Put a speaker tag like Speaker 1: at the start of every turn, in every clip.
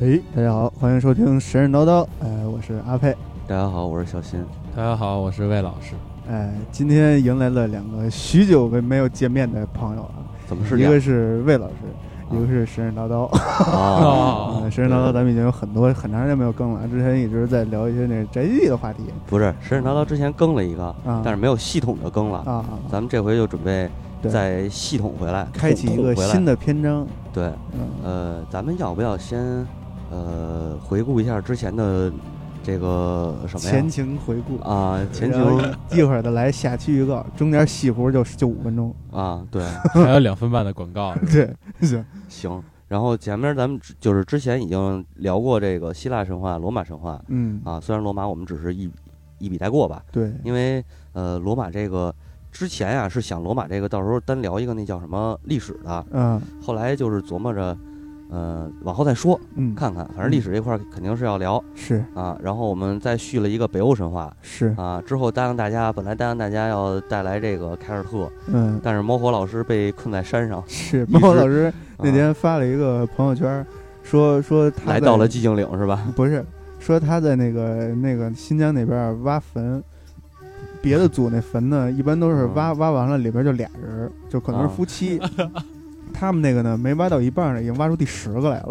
Speaker 1: 哎，大家好，欢迎收听神神叨叨，哎，我是阿佩，
Speaker 2: 大家好，我是小新。
Speaker 3: 大家好，我是魏老师。
Speaker 1: 哎，今天迎来了两个许久没没有见面的朋友啊，
Speaker 2: 怎么是
Speaker 1: 一
Speaker 2: 这
Speaker 1: 个
Speaker 2: 样
Speaker 1: 是魏老师，一个是神神叨叨，
Speaker 2: 啊？
Speaker 1: 嗯神神叨叨咱们已经有很多很长时间没有更了，之前一直在聊一些那个宅基地的话题
Speaker 2: 不是，神神叨叨之前更了一个，
Speaker 1: 啊
Speaker 2: 但是没有系统的更了。
Speaker 1: 啊，
Speaker 2: 咱们这回就准备
Speaker 1: 对
Speaker 2: 再系统回来，
Speaker 1: 开启一个新的
Speaker 2: 的。
Speaker 1: 篇章，
Speaker 2: 对，
Speaker 1: 嗯
Speaker 2: 呃，咱们要不要先呃回顾一下之前的这个什么呀？
Speaker 1: 前情回顾。
Speaker 2: 啊，前
Speaker 1: 然后
Speaker 2: 情
Speaker 1: 一会儿再来下期预告，中间戏弧就就五分钟，
Speaker 2: 啊，对，
Speaker 3: 还有两分半的广告，
Speaker 1: 对，行，
Speaker 2: 行。然后前面咱们只就是之前已经聊过这个希腊神话、罗马神话
Speaker 1: 嗯，
Speaker 2: 啊，虽然罗马我们只是一一笔带过吧，
Speaker 1: 对，
Speaker 2: 因为呃，罗马这个之前啊呀、是想罗马这个到时候单聊一个那叫什么历史的，
Speaker 1: 嗯
Speaker 2: 后来就是琢磨着，呃，往后再说
Speaker 1: 嗯，
Speaker 2: 看看，反正历史这块儿肯定是要聊
Speaker 1: 是
Speaker 2: 啊。然后我们再续了一个北欧神话
Speaker 1: 是，
Speaker 2: 啊，之后答应大家，本来答应大家要带来这个凯尔特，
Speaker 1: 嗯，
Speaker 2: 但是猫火老师被困在山上，啊
Speaker 1: 是
Speaker 2: 一
Speaker 1: 猫火
Speaker 2: 直啊
Speaker 1: 老师那天发了一个朋友圈儿，说说他
Speaker 2: 来
Speaker 1: 在
Speaker 2: 到了寂静岭是吧？
Speaker 1: 不是说他在那个那个新疆那边儿挖坟，别的组那坟呢，一般都是挖、挖完了里边儿就俩人儿，就可能是
Speaker 2: 嗯啊
Speaker 1: 夫妻。 他们那个呢，没挖到一半儿呢，已经挖出第十个来了，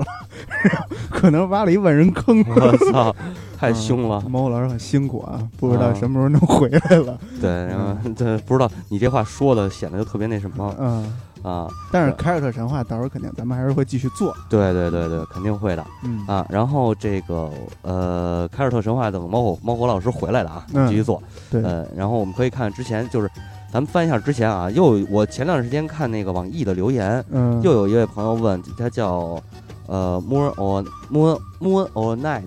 Speaker 1: 可能挖了一万人坑。
Speaker 2: 我操，嗯太凶了！
Speaker 1: 猫火老师很辛苦啊，不知道
Speaker 2: 啊
Speaker 1: 什么时候能回来了。
Speaker 2: 对，然后 对，不知道你这话说的显得就特别那什么
Speaker 1: 嗯，
Speaker 2: 啊？
Speaker 1: 但是凯尔特神话到时候肯定咱们还是会继续做。
Speaker 2: 对对对对，肯定会的。
Speaker 1: 嗯
Speaker 2: 啊，然后这个呃，凯尔特神话等猫火猫火老师回来了啊，
Speaker 1: 嗯
Speaker 2: 继续做。
Speaker 1: 对
Speaker 2: 呃，然后我们可以看之前就是，咱们翻一下之前啊，又有我前段时间看那个网易的留言，
Speaker 1: 嗯，
Speaker 2: 又有一位朋友问，他叫呃 Moon or Moon Moon or Night，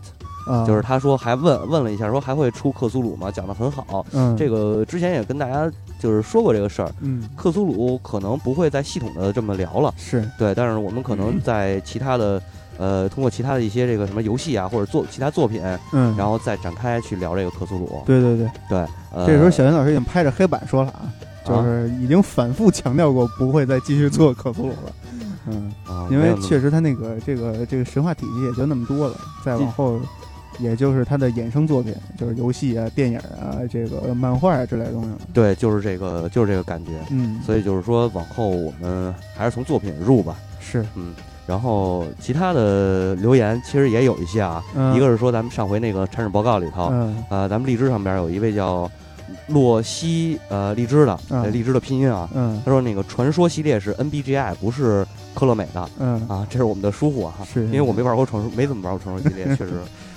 Speaker 1: 啊
Speaker 2: 就是他说还问问了一下，说还会出克苏鲁吗？讲的很好。
Speaker 1: 嗯
Speaker 2: 这个之前也跟大家就是说过这个事儿，
Speaker 1: 嗯
Speaker 2: 克苏鲁可能不会再系统的这么聊了。
Speaker 1: 是
Speaker 2: 对，但是我们可
Speaker 1: 嗯
Speaker 2: 能在其他的，呃，通过其他的一些这个什么游戏啊，或者做其他作品，
Speaker 1: 嗯，
Speaker 2: 然后再展开去聊这个克苏鲁。
Speaker 1: 对对对，
Speaker 2: 对，呃、
Speaker 1: 这时候小云老师已经拍着黑板说了啊，就是已经反复强调过不会再继续做克苏鲁了。嗯，
Speaker 2: 啊，
Speaker 1: 因
Speaker 2: 没
Speaker 1: 为
Speaker 2: 有那么
Speaker 1: 确实他那个这个这个神话体系也就那么多了，再往后也就是他的衍生作品，就是游戏啊、电影啊、这个漫画啊之类的东西了。
Speaker 2: 对，就是这个就是这个感觉。
Speaker 1: 嗯，
Speaker 2: 所以就是说，往后我们还是从作品入吧。
Speaker 1: 是
Speaker 2: 然后其他的留言其实也有一些啊，
Speaker 1: 嗯
Speaker 2: 一个是说咱们上回那个产品报告里头，
Speaker 1: 嗯
Speaker 2: 呃，咱们荔枝上边有一位叫洛西呃荔枝的，
Speaker 1: 嗯
Speaker 2: 呃荔枝的拼音啊，
Speaker 1: 嗯
Speaker 2: 他说那个传说系列是 NBGI，不是科乐美的。
Speaker 1: 嗯，
Speaker 2: 啊，这是我们的疏忽啊，
Speaker 1: 是
Speaker 2: 因为我没玩过传说，没怎么玩过传说 系列，确实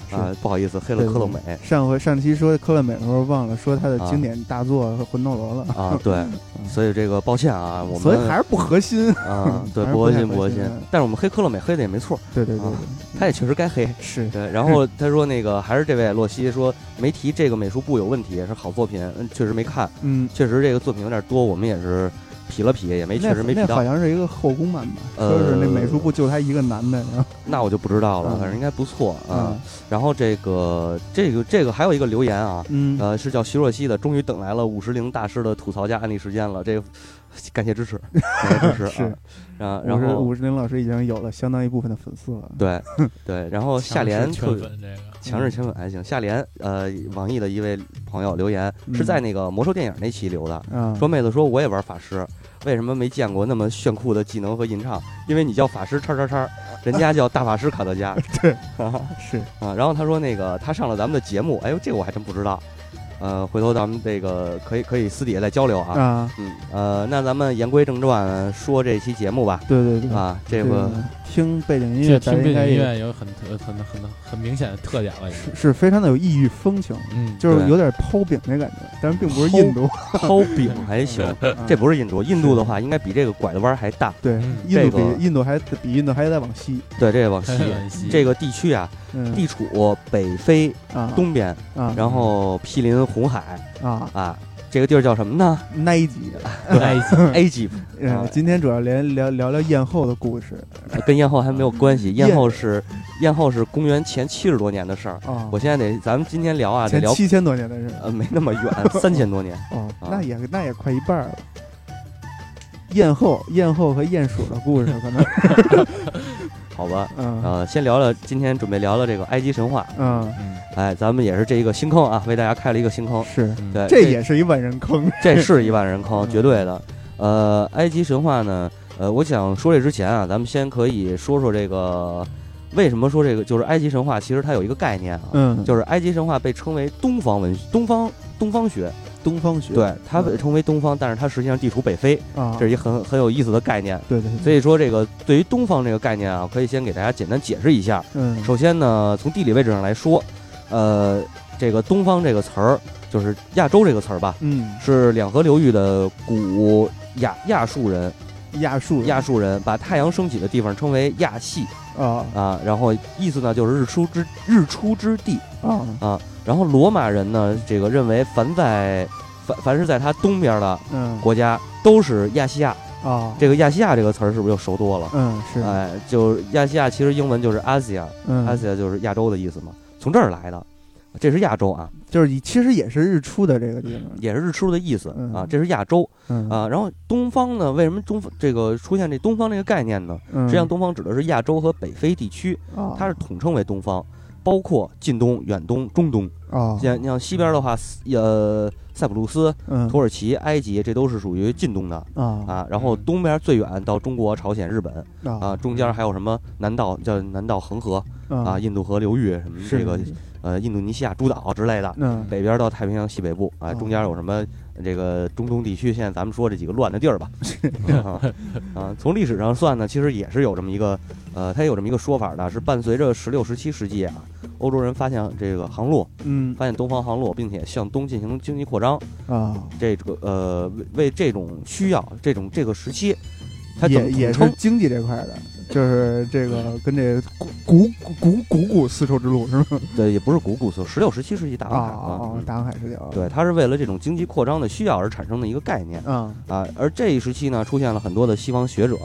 Speaker 1: 是
Speaker 2: 啊，不好意思，黑了
Speaker 1: 对
Speaker 2: 科乐美
Speaker 1: 上回上期说科乐美的时候忘了说他的
Speaker 2: 啊
Speaker 1: 经典大作《魂斗罗》了，
Speaker 2: 啊，对，所以这个抱歉啊，我们
Speaker 1: 嗯所以还是不核心。
Speaker 2: 啊，对，
Speaker 1: 还是
Speaker 2: 不
Speaker 1: 不
Speaker 2: 恶
Speaker 1: 太
Speaker 2: 心不
Speaker 1: 合
Speaker 2: 恶
Speaker 1: 心
Speaker 2: 心
Speaker 1: 的，嗯
Speaker 2: 但是我们黑科乐美黑的也没错，
Speaker 1: 对对对
Speaker 2: 啊，他也确实 该黑。
Speaker 1: 对是
Speaker 2: 对，然后他说那个还是这位洛西说没提这个美术部有问题，是好作品，嗯，确实没看，
Speaker 1: 嗯，
Speaker 2: 确实这个作品有点多，我们也是皮了皮，也没确实
Speaker 1: 那
Speaker 2: 没呃皮
Speaker 1: 那好
Speaker 2: 到，
Speaker 1: 像是一个后宫漫吧，说是那美术部就他一个男的，然后
Speaker 2: 那我就不知道了，
Speaker 1: 嗯
Speaker 2: 反正应该不错啊
Speaker 1: 嗯。
Speaker 2: 然后这个这个这个还有一个留言啊，
Speaker 1: 嗯
Speaker 2: 呃，是叫徐若曦的，终于等来了五十铃大师的吐槽加案例时间了，这个感谢支持，感谢支持
Speaker 1: 是
Speaker 2: 啊。啊，
Speaker 1: 我
Speaker 2: 然
Speaker 1: 是
Speaker 2: 后
Speaker 1: 嗯武志林老师已经有了相当一部分的粉丝了，
Speaker 2: 对对，然后夏联特
Speaker 3: 圈
Speaker 2: 别
Speaker 3: 粉这个
Speaker 2: 强制圈粉还行，夏联呃，网易的一位朋友留言
Speaker 1: 嗯
Speaker 2: 是在那个魔兽电影那期留的，
Speaker 1: 啊，
Speaker 2: 说妹子说我也玩法师，为什么没见过那么炫酷的技能和吟唱？因为你叫法师叉叉叉，人家叫大法师卡德加
Speaker 1: 对
Speaker 2: 啊。
Speaker 1: 是
Speaker 2: 啊，然后他说那个他上了咱们的节目，哎呦，这个我还真不知道。呃，回头咱们这个可以可以私底下再交流啊。
Speaker 1: 啊，
Speaker 2: 嗯，呃，那咱们言归正传，说这期节目吧。
Speaker 1: 对对对，
Speaker 2: 啊，这
Speaker 1: 这
Speaker 2: 个
Speaker 1: 听背景音乐，
Speaker 3: 这
Speaker 1: 大家应
Speaker 3: 听背
Speaker 1: 该
Speaker 3: 景音
Speaker 1: 也
Speaker 3: 乐有很特很很很明显的特点了，已经
Speaker 1: 是是非常的有异域风情，
Speaker 3: 嗯，
Speaker 1: 就是
Speaker 2: 对
Speaker 1: 有点抛饼那感觉，但是并不是印度，
Speaker 2: 抛饼 还行，
Speaker 1: 啊
Speaker 2: 这不是印度，印度的话应该比这个拐的弯儿还大。
Speaker 1: 对
Speaker 3: 嗯，
Speaker 1: 印
Speaker 2: 这
Speaker 1: 度
Speaker 2: 个
Speaker 1: 比印度还比印度还在往西，
Speaker 2: 对，这往西
Speaker 3: 往西
Speaker 2: 这个地区啊，
Speaker 1: 嗯
Speaker 2: 地处北非
Speaker 1: 啊
Speaker 2: 东边，
Speaker 1: 啊
Speaker 2: 然后毗邻红海
Speaker 1: 啊
Speaker 2: 啊。这个地儿叫什么呢
Speaker 1: 埃及，
Speaker 2: 啊
Speaker 3: 埃及
Speaker 2: ？Egypt，
Speaker 1: 嗯，今天主要连聊聊聊艳后的故事
Speaker 2: 跟咽后还没有关系。
Speaker 1: 咽
Speaker 2: 咽后是咽后是公元前七十多年的事儿。
Speaker 1: 啊
Speaker 2: 我，现在得，咱们今天聊啊，得
Speaker 1: 前
Speaker 2: 聊
Speaker 1: 七千多年的事。
Speaker 2: 呃没那 么远，三千多年。
Speaker 1: 哦，
Speaker 2: 啊
Speaker 1: 那也那也快一半儿了。
Speaker 2: 啊
Speaker 1: 艳后、艳后和鼹鼠的故事，可能
Speaker 2: 好吧，
Speaker 1: 嗯
Speaker 2: 呃，先聊聊今天准备聊聊这个埃及神话，
Speaker 1: 嗯，
Speaker 3: 嗯，
Speaker 2: 哎，咱们也是这一个新坑啊，为大家开了一个新坑，
Speaker 1: 是，
Speaker 3: 嗯
Speaker 2: 对，
Speaker 1: 这也是一万人 坑，
Speaker 2: 这是一万人坑，
Speaker 1: 嗯
Speaker 2: 绝对的。呃，埃及神话呢，呃，我想说这之前啊，咱们先可以说说这个为什么说这个就是埃及神话，其实它有一个概念啊，
Speaker 1: 嗯，
Speaker 2: 就是埃及神话被称为东方文东方东方学，
Speaker 1: 东方学，
Speaker 2: 对，它被
Speaker 1: 嗯
Speaker 2: 称为东方，但是它实际上地处北非，
Speaker 1: 啊，
Speaker 2: 这是一很很有意思的概念。
Speaker 1: 对对，
Speaker 2: 所
Speaker 1: 以
Speaker 2: 以说，这个对于东方这个概念啊，可以先给大家简单解释一下。
Speaker 1: 嗯，
Speaker 2: 首先呢，从地理位置上来说，呃，这个东方这个词儿，就是亚洲这个词儿吧，
Speaker 1: 嗯，
Speaker 2: 是两河流域的古亚亚述人，
Speaker 1: 亚述人
Speaker 2: 亚述人把太阳升起的地方称为亚细
Speaker 1: 啊
Speaker 2: 啊，然后意思呢就是日出之日出之地。
Speaker 1: 啊，
Speaker 2: 然后罗马人呢，这个认为凡在凡凡是在它东边的
Speaker 1: 嗯
Speaker 2: 国家都是亚细亚。
Speaker 1: 啊，
Speaker 2: 这个亚细亚这个词儿是不是就熟多了？
Speaker 1: 嗯是，
Speaker 2: 哎，就是亚细亚，其实英文就是 Asia，Asia
Speaker 1: 嗯，
Speaker 2: 就是亚洲的意思嘛，从这儿来的。这是亚洲啊，
Speaker 1: 就是以其实也是日出的这个地方，
Speaker 2: 也是日出的意思
Speaker 1: 嗯
Speaker 2: 啊，这是亚洲
Speaker 1: 嗯
Speaker 2: 啊。然后东方呢，为什么东方这个出现这东方这个概念呢？
Speaker 1: 嗯，
Speaker 2: 实际上，东方指的是亚洲和北非地区，
Speaker 1: 啊，
Speaker 2: 它是统称为东方，包括近东、远东、中东。
Speaker 1: 啊，
Speaker 2: 像像西边的话，斯呃，塞浦路斯、
Speaker 1: 嗯
Speaker 2: 土耳其、埃及，这都是属于近东的
Speaker 1: 啊
Speaker 2: 啊。然后东边最远到中国、朝鲜、日本
Speaker 1: 啊
Speaker 2: 啊，中间还有什么南道叫南道恒河啊，
Speaker 1: 啊，
Speaker 2: 印度河流域什么
Speaker 1: 是
Speaker 2: 这个呃印度尼西亚诸岛之类的。
Speaker 1: 嗯哦
Speaker 2: 北边到太平洋西北部啊，中间有什么呃这个中东地区？现在咱们说这几个乱的地儿吧， 啊啊，从历史上算呢，其实也是有这么一个呃，它有这么一个说法的，是伴随着十六、十七世纪啊，欧洲人发现这个航路，
Speaker 1: 嗯
Speaker 2: 发现东方航路，并且向东进行经济扩张，
Speaker 1: 啊，
Speaker 2: 这个呃为为这种需要，这种这个时期，它怎
Speaker 1: 也
Speaker 2: 么
Speaker 1: 也
Speaker 2: 统
Speaker 1: 是
Speaker 2: 称？
Speaker 1: 经济这块的，就是这 个跟这古古古古古丝绸之路是吗？
Speaker 2: 对，也不是古古色，十六、十七世纪大
Speaker 1: 啊
Speaker 2: 航海
Speaker 1: 啊
Speaker 2: 啊，
Speaker 1: 啊
Speaker 2: 嗯，
Speaker 1: 大航海时期啊，
Speaker 2: 对，它是为了这种经济扩张的需要而产生的一个概念。
Speaker 1: 嗯
Speaker 2: 啊，而这一时期呢，出现了很多的西方学者，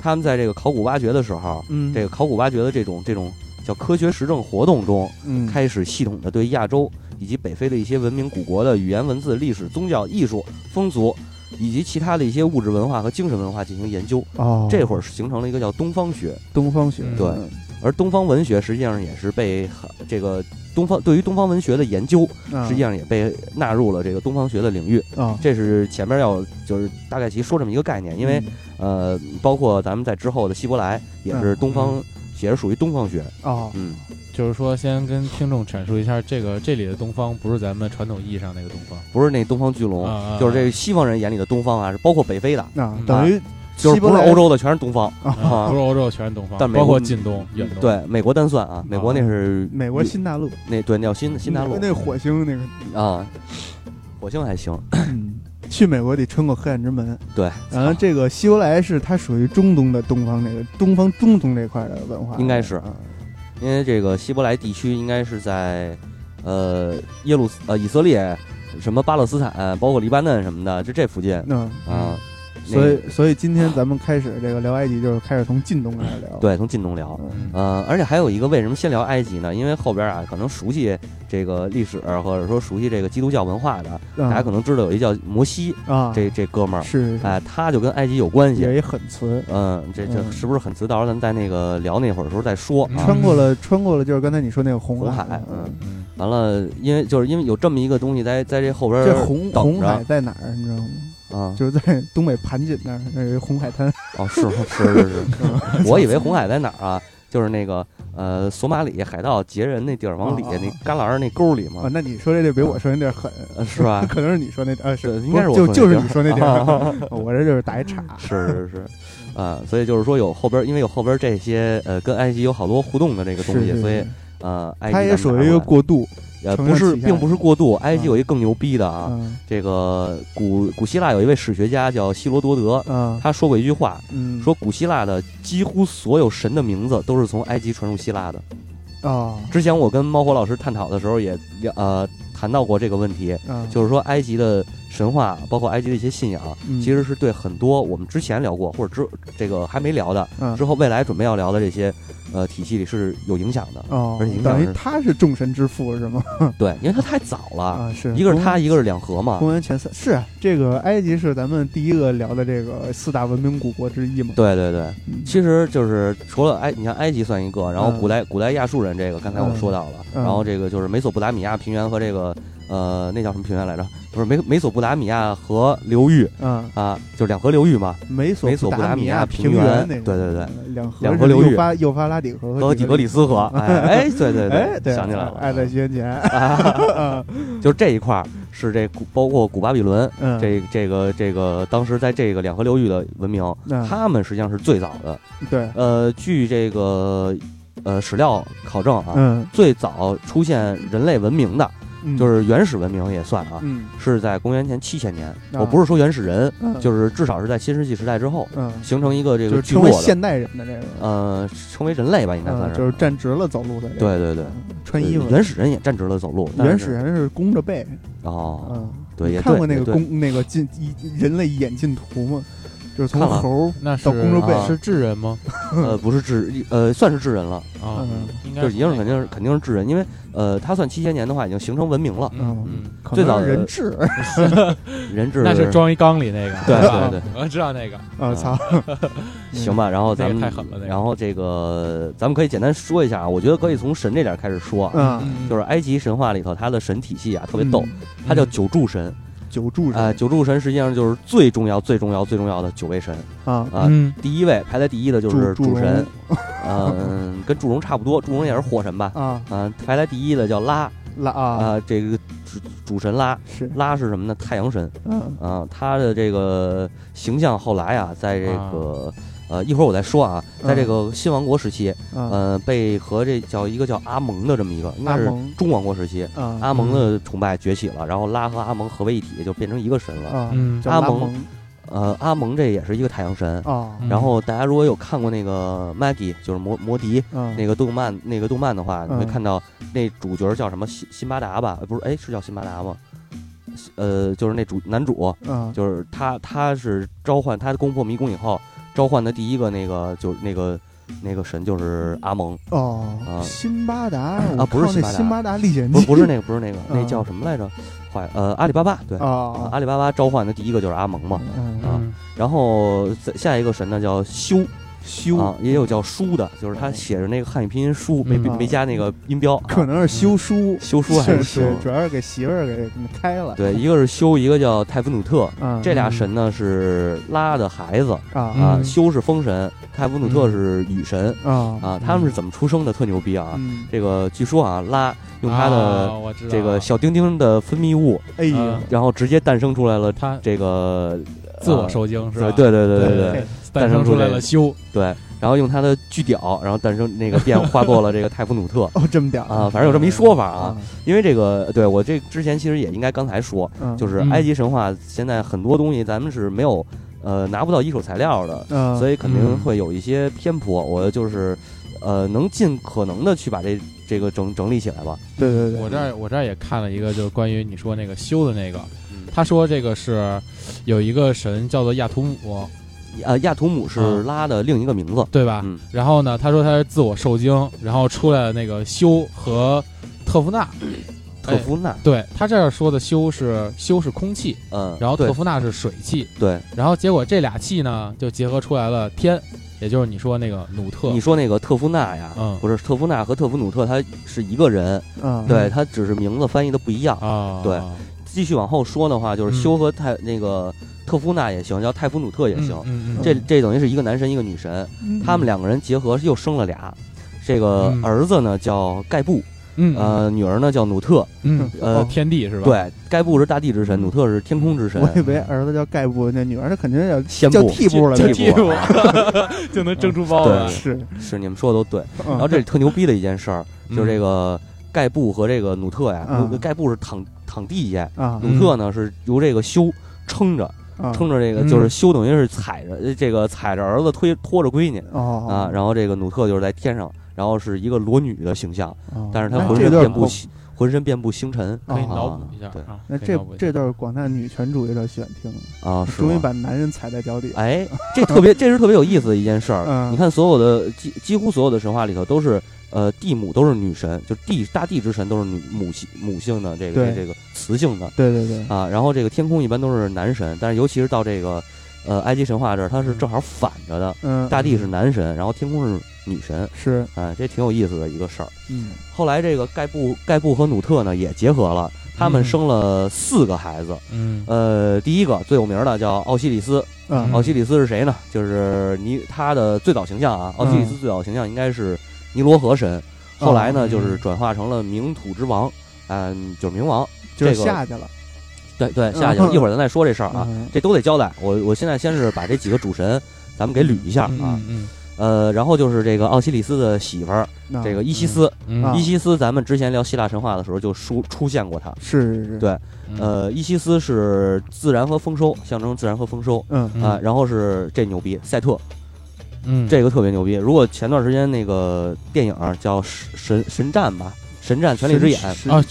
Speaker 2: 他们在这个考古挖掘的时候，
Speaker 1: 嗯，
Speaker 2: 这个考古挖掘的这种这种叫科学实证活动中，
Speaker 1: 嗯
Speaker 2: 开始系统的对亚洲以及北非的一些文明古国的语言、文字、历史、宗教、艺术、风俗。以及其他的一些物质文化和精神文化进行研究，
Speaker 1: 哦，
Speaker 2: 这会儿是形成了一个叫东方学，
Speaker 1: 东方学
Speaker 3: 对
Speaker 1: 嗯
Speaker 2: 而东方文学实际上也是被这个东方对于东方文学的研究，
Speaker 1: 啊
Speaker 2: 实际上也被纳入了这个东方学的领域。
Speaker 1: 啊，
Speaker 2: 这是前面要就是大概其说这么一个概念，因
Speaker 1: 嗯
Speaker 2: 为呃，包括咱们在之后的希伯来也是东方，也是属于东方学。
Speaker 1: 啊
Speaker 2: 嗯，
Speaker 3: 就是说，先跟听众阐述一下，这个这里的东方不是咱们传统意义上那个东方，
Speaker 2: 不是那东方巨龙，
Speaker 3: 啊
Speaker 2: 哦
Speaker 3: 啊
Speaker 2: 就是这西方人眼里的东方啊，是包括北非的，
Speaker 1: 啊
Speaker 3: 嗯，
Speaker 1: 等于
Speaker 2: 就是
Speaker 1: 西伯
Speaker 2: 不是
Speaker 1: 来
Speaker 2: 欧洲的全是东方。
Speaker 3: 啊
Speaker 2: 啊
Speaker 3: 不是欧洲全是东方，
Speaker 2: 但美
Speaker 3: 包
Speaker 2: 国
Speaker 3: 括近东、远东。，
Speaker 2: 对，美国单算啊，美国那是
Speaker 1: 美国新大陆，
Speaker 2: 那对那叫新新大陆
Speaker 1: 那火星那个，
Speaker 2: 啊，火星还行，
Speaker 1: 嗯去美国得穿过黑暗之门，
Speaker 2: 对，
Speaker 1: 然后这个希伯来是它属于中东的东方那个东方中东这块的文化，
Speaker 2: 应该是
Speaker 1: 啊
Speaker 2: 因为这个希伯来地区应该是在呃耶路斯呃以色列。什么巴勒斯坦，包括黎巴嫩什么的，就这附近
Speaker 1: 嗯，
Speaker 2: 啊，那
Speaker 1: 所以所以今天咱们开始这个聊埃及，就是开始从近东开始聊，，
Speaker 2: 对，从近东聊，
Speaker 1: 啊嗯
Speaker 2: 嗯，而且还有一个，为什么先聊埃及呢？因为后边啊，可能熟悉这个历史，或者说熟悉这个基督教文化的，
Speaker 1: 嗯
Speaker 2: 大家可能知道有一叫摩西
Speaker 1: 啊，
Speaker 2: 这这哥们儿，
Speaker 1: 是
Speaker 2: 哎，他就跟埃及有关系。
Speaker 1: 也一狠词，
Speaker 2: 嗯，这这
Speaker 1: 嗯
Speaker 2: 是不是很词？到时候咱们在那个聊那会儿的时候再说啊。
Speaker 1: 穿过了穿过了，就是刚才你说那个红
Speaker 2: 红海
Speaker 1: 嗯，
Speaker 3: 嗯，
Speaker 2: 完了，因为就是因为有这么一个东西在在这后边
Speaker 1: 这红
Speaker 2: 等
Speaker 1: 红
Speaker 2: 着
Speaker 1: 海在哪儿？你知道吗？
Speaker 2: 啊，
Speaker 1: 就是在东北盘锦那儿，那有一红海 滩，
Speaker 2: 哦，是是是 是，我以为红海在哪儿啊？就是那个呃，索马里海盗劫人那地儿，往里
Speaker 1: 啊啊啊
Speaker 2: 那旮旯儿那沟里
Speaker 1: 啊
Speaker 2: 嘛，，
Speaker 1: 那你说这就比我说那地儿狠，
Speaker 2: 呃 是吧？
Speaker 1: 可能是你说那地 儿，啊，
Speaker 2: 是应该是我
Speaker 1: 就
Speaker 2: 说那
Speaker 1: 就是
Speaker 2: 地儿
Speaker 1: 你说那地 儿，我这就是打一岔，
Speaker 2: 是是是，啊，所以就是说有后边儿，因为有后边儿这些呃跟埃及有好多互动的这个东
Speaker 1: 是
Speaker 2: 西，
Speaker 1: 是
Speaker 2: 所以
Speaker 1: 是
Speaker 2: 呃，埃及
Speaker 1: 它也
Speaker 2: 咱们
Speaker 1: 属
Speaker 2: 拿
Speaker 1: 于一个
Speaker 2: 过
Speaker 1: 过
Speaker 2: 来
Speaker 1: 渡
Speaker 2: 呃
Speaker 1: 承
Speaker 2: 不
Speaker 1: 上
Speaker 2: 是，
Speaker 1: 启下
Speaker 2: 并不是过渡，埃及
Speaker 1: 啊
Speaker 2: 有一个更牛逼的
Speaker 1: 啊
Speaker 2: 啊，这个古古希腊有一位史学家叫希罗多德，
Speaker 1: 啊，
Speaker 2: 他说过一句话，
Speaker 1: 嗯，
Speaker 2: 说古希腊的几乎所有神的名字都是从埃及传入希腊的。
Speaker 1: 啊
Speaker 2: 之前我跟猫火老师探讨的时候也聊呃谈到过这个问题，
Speaker 1: 啊，
Speaker 2: 就是说埃及的神话，包括埃及的一些信仰，
Speaker 1: 嗯
Speaker 2: 其实是对很多我们之前聊过或者之这个还没聊的，
Speaker 1: 嗯
Speaker 2: 之后未来准备要聊的这些呃体系里是有影响的。
Speaker 1: 哦
Speaker 2: 而且影，响
Speaker 1: 等于
Speaker 2: 是
Speaker 1: 他是众神之父是吗？
Speaker 2: 对，因为它太早了，
Speaker 1: 嗯啊，是
Speaker 2: 一个是
Speaker 1: 公
Speaker 2: 它，一个是两河嘛。
Speaker 1: 公元前三是啊这个埃及是咱们第一个聊的这个四大文明古国之一嘛。
Speaker 2: 对对对，
Speaker 1: 嗯
Speaker 2: 其实就是除了埃，你像埃及算一个，然后
Speaker 1: 嗯
Speaker 2: 古代、古代亚述人这个，刚才我
Speaker 1: 嗯
Speaker 2: 说到了，
Speaker 1: 嗯
Speaker 2: 然后这个就是美索不达米亚平原和这个呃那叫什么平原来着？不是美美索不达米亚河流域
Speaker 1: 啊，
Speaker 2: 啊，就是两河流域嘛，
Speaker 1: 美索
Speaker 2: 美索不达
Speaker 1: 米
Speaker 2: 米亚平
Speaker 1: 平
Speaker 2: 原
Speaker 1: 那个，
Speaker 2: 对对对
Speaker 1: 呃，两河
Speaker 2: 两
Speaker 1: 是
Speaker 2: 河流域
Speaker 1: 幼发幼发拉底河
Speaker 2: 和
Speaker 1: 和
Speaker 2: 底格里
Speaker 1: 斯。
Speaker 2: 斯河。哎哎，对 对
Speaker 1: 哎，对，
Speaker 2: 想起来了，
Speaker 1: 爱在西元前， 啊
Speaker 2: 就是这一块儿是这古，包括古巴比伦。
Speaker 1: 嗯，
Speaker 2: 这这个这个，当时在这个两河流域的文明，
Speaker 1: 那
Speaker 2: 他们实际上是最早的。
Speaker 1: 对，
Speaker 2: 呃，据这个呃史料考证啊，
Speaker 1: 嗯，
Speaker 2: 最早出现人类文明的，
Speaker 1: 嗯
Speaker 2: 就是原始文明也算啊，
Speaker 1: 嗯，
Speaker 2: 是在公元前七千年。
Speaker 1: 啊
Speaker 2: 我不是说原始人，
Speaker 1: 嗯
Speaker 2: 啊就是至少是在新石器时代之后
Speaker 1: 嗯，
Speaker 2: 形成一个这
Speaker 1: 就
Speaker 2: 个
Speaker 1: 是
Speaker 2: 聚
Speaker 1: 成
Speaker 2: 落
Speaker 1: 为
Speaker 2: 的，
Speaker 1: 现代人的这个，
Speaker 2: 呃，成为人类吧，应该算
Speaker 1: 嗯，
Speaker 2: 是。啊
Speaker 1: 就是站直了走路的这个，
Speaker 2: 对对对，
Speaker 1: 穿衣服，
Speaker 2: 原始人也站直了走路，但是
Speaker 1: 原始人是弓着背，
Speaker 2: 哦，
Speaker 1: 嗯，
Speaker 2: 对，也
Speaker 1: 看
Speaker 2: 对
Speaker 1: 过那
Speaker 2: 也
Speaker 1: 个
Speaker 2: 对
Speaker 1: 弓那个进一人类眼进图吗？就是从
Speaker 2: 看了
Speaker 1: 猴
Speaker 3: 那是
Speaker 1: 到公主
Speaker 2: 背
Speaker 3: 啊是智人吗？
Speaker 2: 呃，不是智，呃，算是智人了，
Speaker 3: 啊
Speaker 1: 嗯，
Speaker 3: 应该
Speaker 2: 就是已经是肯定是
Speaker 3: 那个
Speaker 2: 肯定是智人，因为呃，他算七千年的话，已经形成文明了，
Speaker 1: 嗯
Speaker 3: 嗯，
Speaker 1: 可
Speaker 2: 最
Speaker 1: 能
Speaker 2: 早的啊
Speaker 1: 是人质
Speaker 2: 人质
Speaker 3: 那是装一缸里那个，
Speaker 2: 对
Speaker 3: 是吧
Speaker 2: 对，
Speaker 3: 我知道那个，
Speaker 1: 啊，操，
Speaker 2: 嗯 行吧，然后咱们
Speaker 3: 嗯那个太狠了那个
Speaker 2: 然后这个咱们可以简单说一下啊，我觉得可以从神这点开始说啊，
Speaker 1: 嗯，
Speaker 3: 嗯
Speaker 2: 就是埃及神话里头它的神体系啊特别逗，
Speaker 1: 嗯，
Speaker 2: 它叫九柱神
Speaker 1: 九柱
Speaker 2: 啊，
Speaker 1: 人
Speaker 2: 九柱神实际上就是最重要最重要最重要的九位神
Speaker 1: 啊，
Speaker 2: 啊，
Speaker 3: 嗯
Speaker 2: 第一位排在第一的就是
Speaker 1: 祝祝
Speaker 2: 主
Speaker 1: 融
Speaker 2: 神，嗯，跟祝融差不多，祝融也是火神吧，
Speaker 1: 啊
Speaker 2: 嗯，排在第一的叫拉
Speaker 1: 拉啊
Speaker 2: 啊，这个主主神拉
Speaker 1: 是，
Speaker 2: 拉是什么呢？太阳神
Speaker 1: 嗯
Speaker 2: 啊，他的这个形象后来啊，在这个呃一会儿我再说啊，
Speaker 1: 嗯
Speaker 2: 在这个新王国时期，
Speaker 1: 啊，
Speaker 2: 呃，被和这叫一个叫阿蒙的这么一个，应该
Speaker 1: 阿
Speaker 2: 是
Speaker 1: 蒙
Speaker 2: 中王国时期，
Speaker 1: 啊
Speaker 2: 阿蒙的崇拜崛起了，然后拉和阿蒙合为一体，就变成一个神了。
Speaker 1: 啊，
Speaker 3: 嗯
Speaker 1: 叫
Speaker 2: 阿
Speaker 1: 拉
Speaker 2: 蒙
Speaker 1: 蒙嗯
Speaker 2: 呃，阿蒙这也是一个太阳神。
Speaker 1: 啊
Speaker 3: 嗯
Speaker 2: 然后大家如果有看过那个 Maggie，就是魔魔笛
Speaker 1: 啊
Speaker 2: 那个动漫那个动漫的话，你
Speaker 1: 嗯
Speaker 2: 会看到那主角叫什么辛辛巴达吧？呃不是，哎，是叫辛巴达吗？呃，就是那主男主，
Speaker 1: 啊
Speaker 2: 就是他，他是召唤他攻破迷宫以后召唤的第一个那个就是那个那个神就是阿蒙，
Speaker 1: 哦
Speaker 2: 啊，
Speaker 1: 辛巴达
Speaker 2: 啊不是
Speaker 1: 我靠那
Speaker 2: 辛巴达
Speaker 1: 辛巴达历险
Speaker 2: 不
Speaker 1: 记
Speaker 2: 是不是 那个，不是那个，那
Speaker 1: 啊
Speaker 2: 叫什么来着？坏呃，阿里巴巴对，啊
Speaker 1: 啊
Speaker 2: 阿里巴巴召唤的第一个就是阿蒙嘛。
Speaker 1: 嗯
Speaker 2: 啊
Speaker 3: 嗯
Speaker 2: 然后再下一个神呢叫修
Speaker 1: 修
Speaker 2: 啊，也有叫书的，就是他写着那个汉语拼音书，没没
Speaker 1: 嗯
Speaker 2: 没加那个音标。
Speaker 1: 可
Speaker 2: 啊
Speaker 1: 能是修书，
Speaker 2: 修书还是
Speaker 1: 是
Speaker 2: 修？
Speaker 1: 对，主要是给媳妇儿给开了。
Speaker 2: 对，一个是修，一个叫泰夫努特。
Speaker 1: 嗯，
Speaker 2: 这俩神呢是拉的孩子
Speaker 1: 啊
Speaker 2: 啊，
Speaker 3: 嗯
Speaker 2: 修是风神，泰夫努特是雨神
Speaker 1: 啊
Speaker 3: 哦
Speaker 2: 啊。他们是怎么出生的？特牛逼啊！
Speaker 1: 嗯，
Speaker 2: 这个据说啊，拉用他
Speaker 3: 啊
Speaker 2: 的
Speaker 3: 我知道
Speaker 2: 这个小丁丁的分泌物，
Speaker 1: 哎呀
Speaker 3: 嗯，
Speaker 2: 然后直接诞生出来了
Speaker 3: 他
Speaker 2: 这个
Speaker 3: 自我受精是吧？
Speaker 2: 对啊对对对对对
Speaker 1: 对
Speaker 3: 诞生出来了修，
Speaker 2: 对，然后用他的巨屌，然后诞生那个变化作了这个泰夫努特
Speaker 1: 哦，这么屌
Speaker 2: 啊，反正有这么一说法啊。
Speaker 1: 啊，
Speaker 3: 嗯
Speaker 2: 因为这个，对我这之前其实也应该刚才说，
Speaker 1: 嗯
Speaker 2: 就是埃及神话现在很多东西咱们是没有呃拿不到一手材料的，
Speaker 1: 嗯，
Speaker 2: 所以肯定
Speaker 3: 嗯
Speaker 2: 会有一些偏颇。我就是呃能尽可能的去把这这个整整理起来吧。
Speaker 1: 对对对，
Speaker 3: 我这儿我这儿也看了一个，就是关于你说那个修的那个
Speaker 2: 嗯，
Speaker 3: 他说这个是有一个神叫做亚图姆，
Speaker 2: 呃，亚图姆是
Speaker 3: 嗯
Speaker 2: 拉的另一个名字，
Speaker 3: 对吧？
Speaker 2: 嗯
Speaker 3: 然后呢，他说他是自我受精，然后出来了那个修和特夫纳，
Speaker 2: 特
Speaker 3: 哎
Speaker 2: 夫纳，
Speaker 3: 对他这儿说的修是修是空气，
Speaker 2: 嗯，
Speaker 3: 然后
Speaker 2: 对
Speaker 3: 特夫纳是水气，
Speaker 2: 对，
Speaker 3: 然后结果这俩气呢就结合出来了天，也就是你说那个努特
Speaker 2: 你，说那个特夫纳呀，
Speaker 3: 嗯
Speaker 2: 不是特夫纳和特夫努特，他是一个人，
Speaker 1: 嗯，
Speaker 2: 对他只是名字翻译的不一样。
Speaker 3: 啊，
Speaker 2: 对继续往后说的话，就是
Speaker 3: 嗯
Speaker 2: 修和泰、那个特夫纳也行，叫泰夫努特也
Speaker 3: 嗯
Speaker 2: 行，
Speaker 3: 嗯嗯，
Speaker 2: 这这等于是一个男神一个女神，
Speaker 1: 嗯
Speaker 2: 他们两个人结合又生了俩。这个
Speaker 3: 嗯
Speaker 2: 儿子呢叫盖布，
Speaker 3: 嗯
Speaker 2: 呃，女儿呢叫努特。
Speaker 3: 嗯
Speaker 2: 呃，
Speaker 1: 哦
Speaker 3: 天地是吧？，
Speaker 2: 对，盖布是大地之神，
Speaker 1: 嗯
Speaker 2: 努特是天空之神
Speaker 1: 我。以为儿子叫盖布，那女儿她肯定叫
Speaker 2: 先
Speaker 1: 叫
Speaker 2: 布
Speaker 1: 替补了，
Speaker 2: 就
Speaker 1: 那啊
Speaker 2: 替补
Speaker 3: 就能蒸出包
Speaker 2: 对
Speaker 3: 来，
Speaker 1: 是，嗯
Speaker 2: 是你们说 的都对。
Speaker 1: 然
Speaker 2: 然后这里特牛逼的一件事儿，
Speaker 3: 嗯
Speaker 2: 就是这个盖布和这个努特呀，
Speaker 1: 嗯
Speaker 2: 努盖布是躺躺地下，
Speaker 1: 啊
Speaker 2: 努特呢是由这个修撑着，
Speaker 1: 啊
Speaker 2: 撑嗯着这个
Speaker 3: 嗯
Speaker 2: 就是修等于是踩着呃这个踩着儿子推拖着闺女啊
Speaker 1: 哦
Speaker 2: 啊，然后这个努特就是在天上，然后是一个裸女的形象，
Speaker 1: 哦
Speaker 2: 但是她
Speaker 1: 那
Speaker 2: 浑
Speaker 1: 这
Speaker 2: 身
Speaker 1: 段
Speaker 2: 遍布
Speaker 1: 我
Speaker 2: 血浑身遍布星辰，
Speaker 3: 可以脑
Speaker 2: 啊
Speaker 3: 补一下
Speaker 2: 对
Speaker 3: 啊。
Speaker 1: 那
Speaker 3: 可以
Speaker 1: 这
Speaker 3: 脑补一下
Speaker 1: 这段广大女权主义者喜欢听了，
Speaker 2: 啊，是
Speaker 1: 哦终于
Speaker 2: 吗？
Speaker 1: 把男人踩在脚底。
Speaker 2: 哎，这特别，这是特别有意思的一件事儿。
Speaker 1: 嗯
Speaker 2: 你看，所有的几几乎所有的神话里头都是，呃，地母都是女神，就地大地之神都是女母性母性的这个
Speaker 1: 对
Speaker 2: 这个雌性的
Speaker 1: 对对对，
Speaker 2: 啊。然后这个天空一般都是男神，但是尤其是到这个，呃，埃及神话这儿，它是正好反着的，
Speaker 1: 嗯，
Speaker 2: 大地是男神，然后天空是女神，
Speaker 1: 是，
Speaker 2: 啊，这挺有意思的一个事儿。
Speaker 1: 嗯，
Speaker 2: 后来这个盖布盖布和努特呢也结合了，他们
Speaker 3: 嗯
Speaker 2: 生了四个孩子。
Speaker 3: 嗯
Speaker 2: 呃，第一个最有名的叫奥西里斯，
Speaker 1: 啊
Speaker 2: 奥西里斯是谁呢？就是尼他的最早形象啊，奥西里斯最早形象应该是尼罗河神，后来呢
Speaker 3: 嗯
Speaker 2: 就是转化成了冥土之王，嗯，就是冥王。
Speaker 1: 就是
Speaker 2: 这个
Speaker 1: 下去了
Speaker 2: 对对，下去了，
Speaker 1: 嗯
Speaker 2: 一会儿咱再说这事儿啊，
Speaker 1: 嗯
Speaker 2: 这都得交代。我我现在先是把这几个主神咱们给捋一下啊，
Speaker 3: 嗯
Speaker 2: 呃，然后就是这个奥西里斯的媳妇儿，
Speaker 1: 那
Speaker 2: 这个伊西斯，
Speaker 3: 嗯
Speaker 1: 啊
Speaker 2: 伊西斯咱们之前聊希腊神话的时候就出出现过她。
Speaker 1: 是是是，
Speaker 2: 对
Speaker 3: 嗯
Speaker 2: 呃，伊西斯是自然和丰收，象征自然和丰收
Speaker 1: 嗯
Speaker 3: 嗯
Speaker 2: 啊。然后是这牛逼，赛特，
Speaker 3: 嗯
Speaker 2: 这个特别牛逼。如果前段时间那个电影儿叫《神神神战》吧，《神战：权力之眼》，
Speaker 1: 是
Speaker 3: 啊，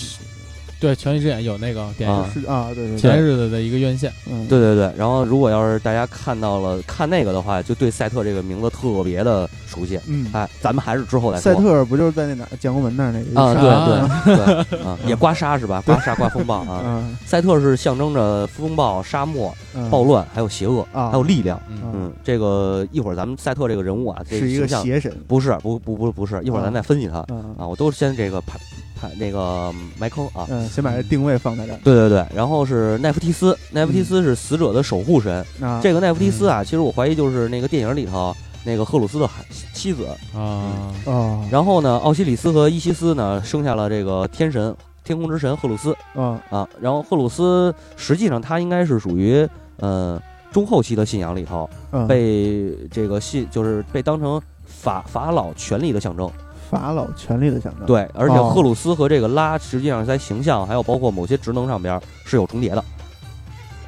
Speaker 3: 对《权力之眼》有那个电
Speaker 2: 啊
Speaker 3: 影，
Speaker 1: 是啊，对对
Speaker 3: 前
Speaker 1: 对，
Speaker 3: 日子的一个院线，
Speaker 1: 嗯，
Speaker 2: 对对对。然后如果要是大家看到了看那个的话，就对赛特这个名字特别的熟悉。
Speaker 1: 嗯，
Speaker 2: 哎，咱们还是之后再说。
Speaker 1: 赛特不就是在那哪儿建国门那儿那个
Speaker 2: 啊，
Speaker 3: 啊
Speaker 2: 对对对，啊，也刮痧是吧？刮痧刮风暴啊。
Speaker 1: 嗯
Speaker 2: 赛特是象征着风暴、沙漠、
Speaker 1: 嗯，
Speaker 2: 暴乱，还有邪恶，
Speaker 1: 啊
Speaker 2: 还有力量。
Speaker 3: 嗯
Speaker 1: 嗯
Speaker 2: 嗯，这个一会儿咱们赛特这个人物啊，这
Speaker 1: 是一个
Speaker 2: 形象
Speaker 1: 邪神，
Speaker 2: 不是不不不不是，一会儿咱再分析他
Speaker 1: 嗯
Speaker 2: 啊。我都是先这个排排那个埋坑啊。
Speaker 1: 嗯，先把这定位放在这儿
Speaker 2: 对对对，然后是奈夫提斯，奈夫提斯是死者的守护神。
Speaker 1: 嗯啊，
Speaker 2: 这个奈夫提斯啊，其实我怀疑就是那个电影里头那个赫鲁斯的孩妻子。
Speaker 3: 啊，
Speaker 1: 哦
Speaker 2: 然后呢，奥西里斯和伊西斯呢生下了这个天神、天空之神赫鲁斯
Speaker 1: 哦
Speaker 2: 啊。然后赫鲁斯实际上他应该是属于呃中后期的信仰里头
Speaker 1: 嗯，
Speaker 2: 被这个信就是被当成法法老权力的象征。
Speaker 1: 法老权力的象征，，
Speaker 2: 对，而且
Speaker 1: 哦
Speaker 2: 赫鲁斯和这个拉实际上在形象还有包括某些职能上边儿是有重叠的。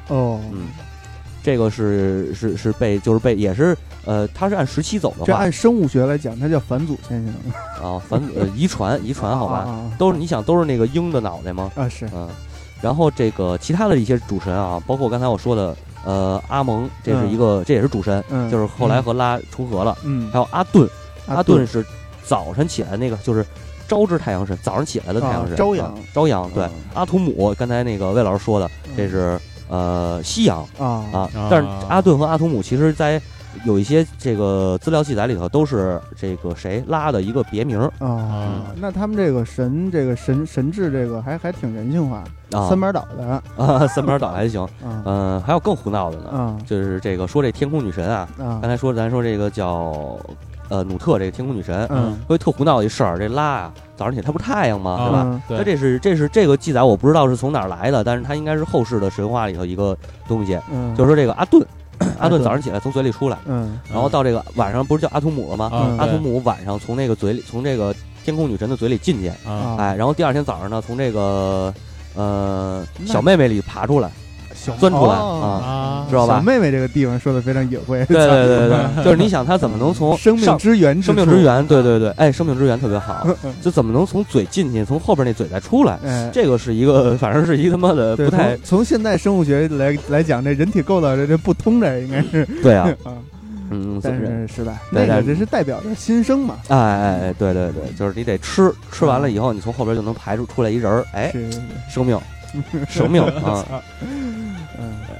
Speaker 1: 哦，
Speaker 2: 嗯，这个是是是被就是被也是呃，它是按时期走
Speaker 1: 这
Speaker 2: 的话
Speaker 1: 按生物学来讲，它叫返祖现象，
Speaker 2: 啊，反呃遗传遗传好
Speaker 1: 啊
Speaker 2: 吧，
Speaker 1: 啊
Speaker 2: 都是你想都是那个鹰的脑袋吗？
Speaker 1: 啊啊是，
Speaker 2: 嗯，然后这个其他的一些主神啊，包括刚才我说的呃阿蒙，这是一个这也是主神，
Speaker 1: 嗯，
Speaker 2: 就是是后来和拉重合了，
Speaker 1: 嗯
Speaker 2: 还，有阿顿，阿
Speaker 1: 阿
Speaker 2: 顿是早晨起来那个就是。朝之太阳神，早上起来的太阳神，
Speaker 1: 啊朝阳
Speaker 2: 啊朝阳对
Speaker 1: 嗯。
Speaker 2: 阿图姆，刚才那个魏老师说的，
Speaker 1: 嗯
Speaker 2: 这是呃夕阳，
Speaker 1: 啊
Speaker 2: 啊，但是
Speaker 3: 啊
Speaker 2: 阿顿和阿图姆其实，在有一些这个资料记载里头，都是这个谁拉的一个别名儿
Speaker 1: 啊，那他们这个神这个神神智这个还还挺人性化，
Speaker 2: 啊，
Speaker 1: 三班倒的，
Speaker 2: 啊， 三班倒还行，
Speaker 1: 啊
Speaker 2: 嗯、还有更胡闹的呢，
Speaker 1: 啊
Speaker 2: 就是这个说这天空女神啊，刚
Speaker 1: 啊，
Speaker 2: 才说咱说这个叫呃努特这个天空女神，
Speaker 1: 嗯
Speaker 2: 说特胡闹的一事儿，这拉啊，早上起来她不是太阳吗？对吧？
Speaker 3: 啊，
Speaker 2: 那这是这是这个记载，我不知道是从哪儿来的，但是它应该是后世的神话里头一个东西，
Speaker 1: 嗯，
Speaker 2: 就是是说这个阿顿，阿
Speaker 1: 阿
Speaker 2: 顿
Speaker 1: 顿
Speaker 2: 早上起来从嘴里出来，
Speaker 1: 嗯
Speaker 2: 然后到这个晚上不是叫阿图姆了吗？
Speaker 3: 啊，
Speaker 2: 阿图姆晚上从那个嘴里，从这个天空女神的嘴里进去，
Speaker 3: 啊，
Speaker 2: 哎，然后第二天早上呢，从这个呃小妹妹里爬 出来，
Speaker 1: 小
Speaker 2: 钻出来
Speaker 1: 哦
Speaker 3: 啊
Speaker 2: 知道吧
Speaker 1: 小妹妹这个地方说的非常隐晦，
Speaker 2: 对对对对 对，就是你想她怎么能从
Speaker 1: 生命
Speaker 2: 上
Speaker 1: 之啊嗯源，
Speaker 2: 生命之，源，对对对，哎，生命之源特别好，就怎么能从嘴进去，从后边那嘴再出来？
Speaker 1: 哎，
Speaker 2: 这个是一个，反正是一个他妈的
Speaker 1: 对
Speaker 2: 不 太
Speaker 1: 从从现代生物学来来讲，这人体构造这这不通这应该是
Speaker 2: 对啊，
Speaker 1: 啊，
Speaker 2: 嗯，
Speaker 1: 但是是吧？
Speaker 2: 对
Speaker 1: 那
Speaker 2: 但
Speaker 1: 个
Speaker 2: 是
Speaker 1: 这是代表着新生嘛，
Speaker 2: 哎哎哎，对对对，就是你得吃，吃完
Speaker 1: 嗯
Speaker 2: 了以后，你从后边就能排出出来一人儿，哎，
Speaker 1: 是，是是
Speaker 2: 生命，生命啊。
Speaker 1: 嗯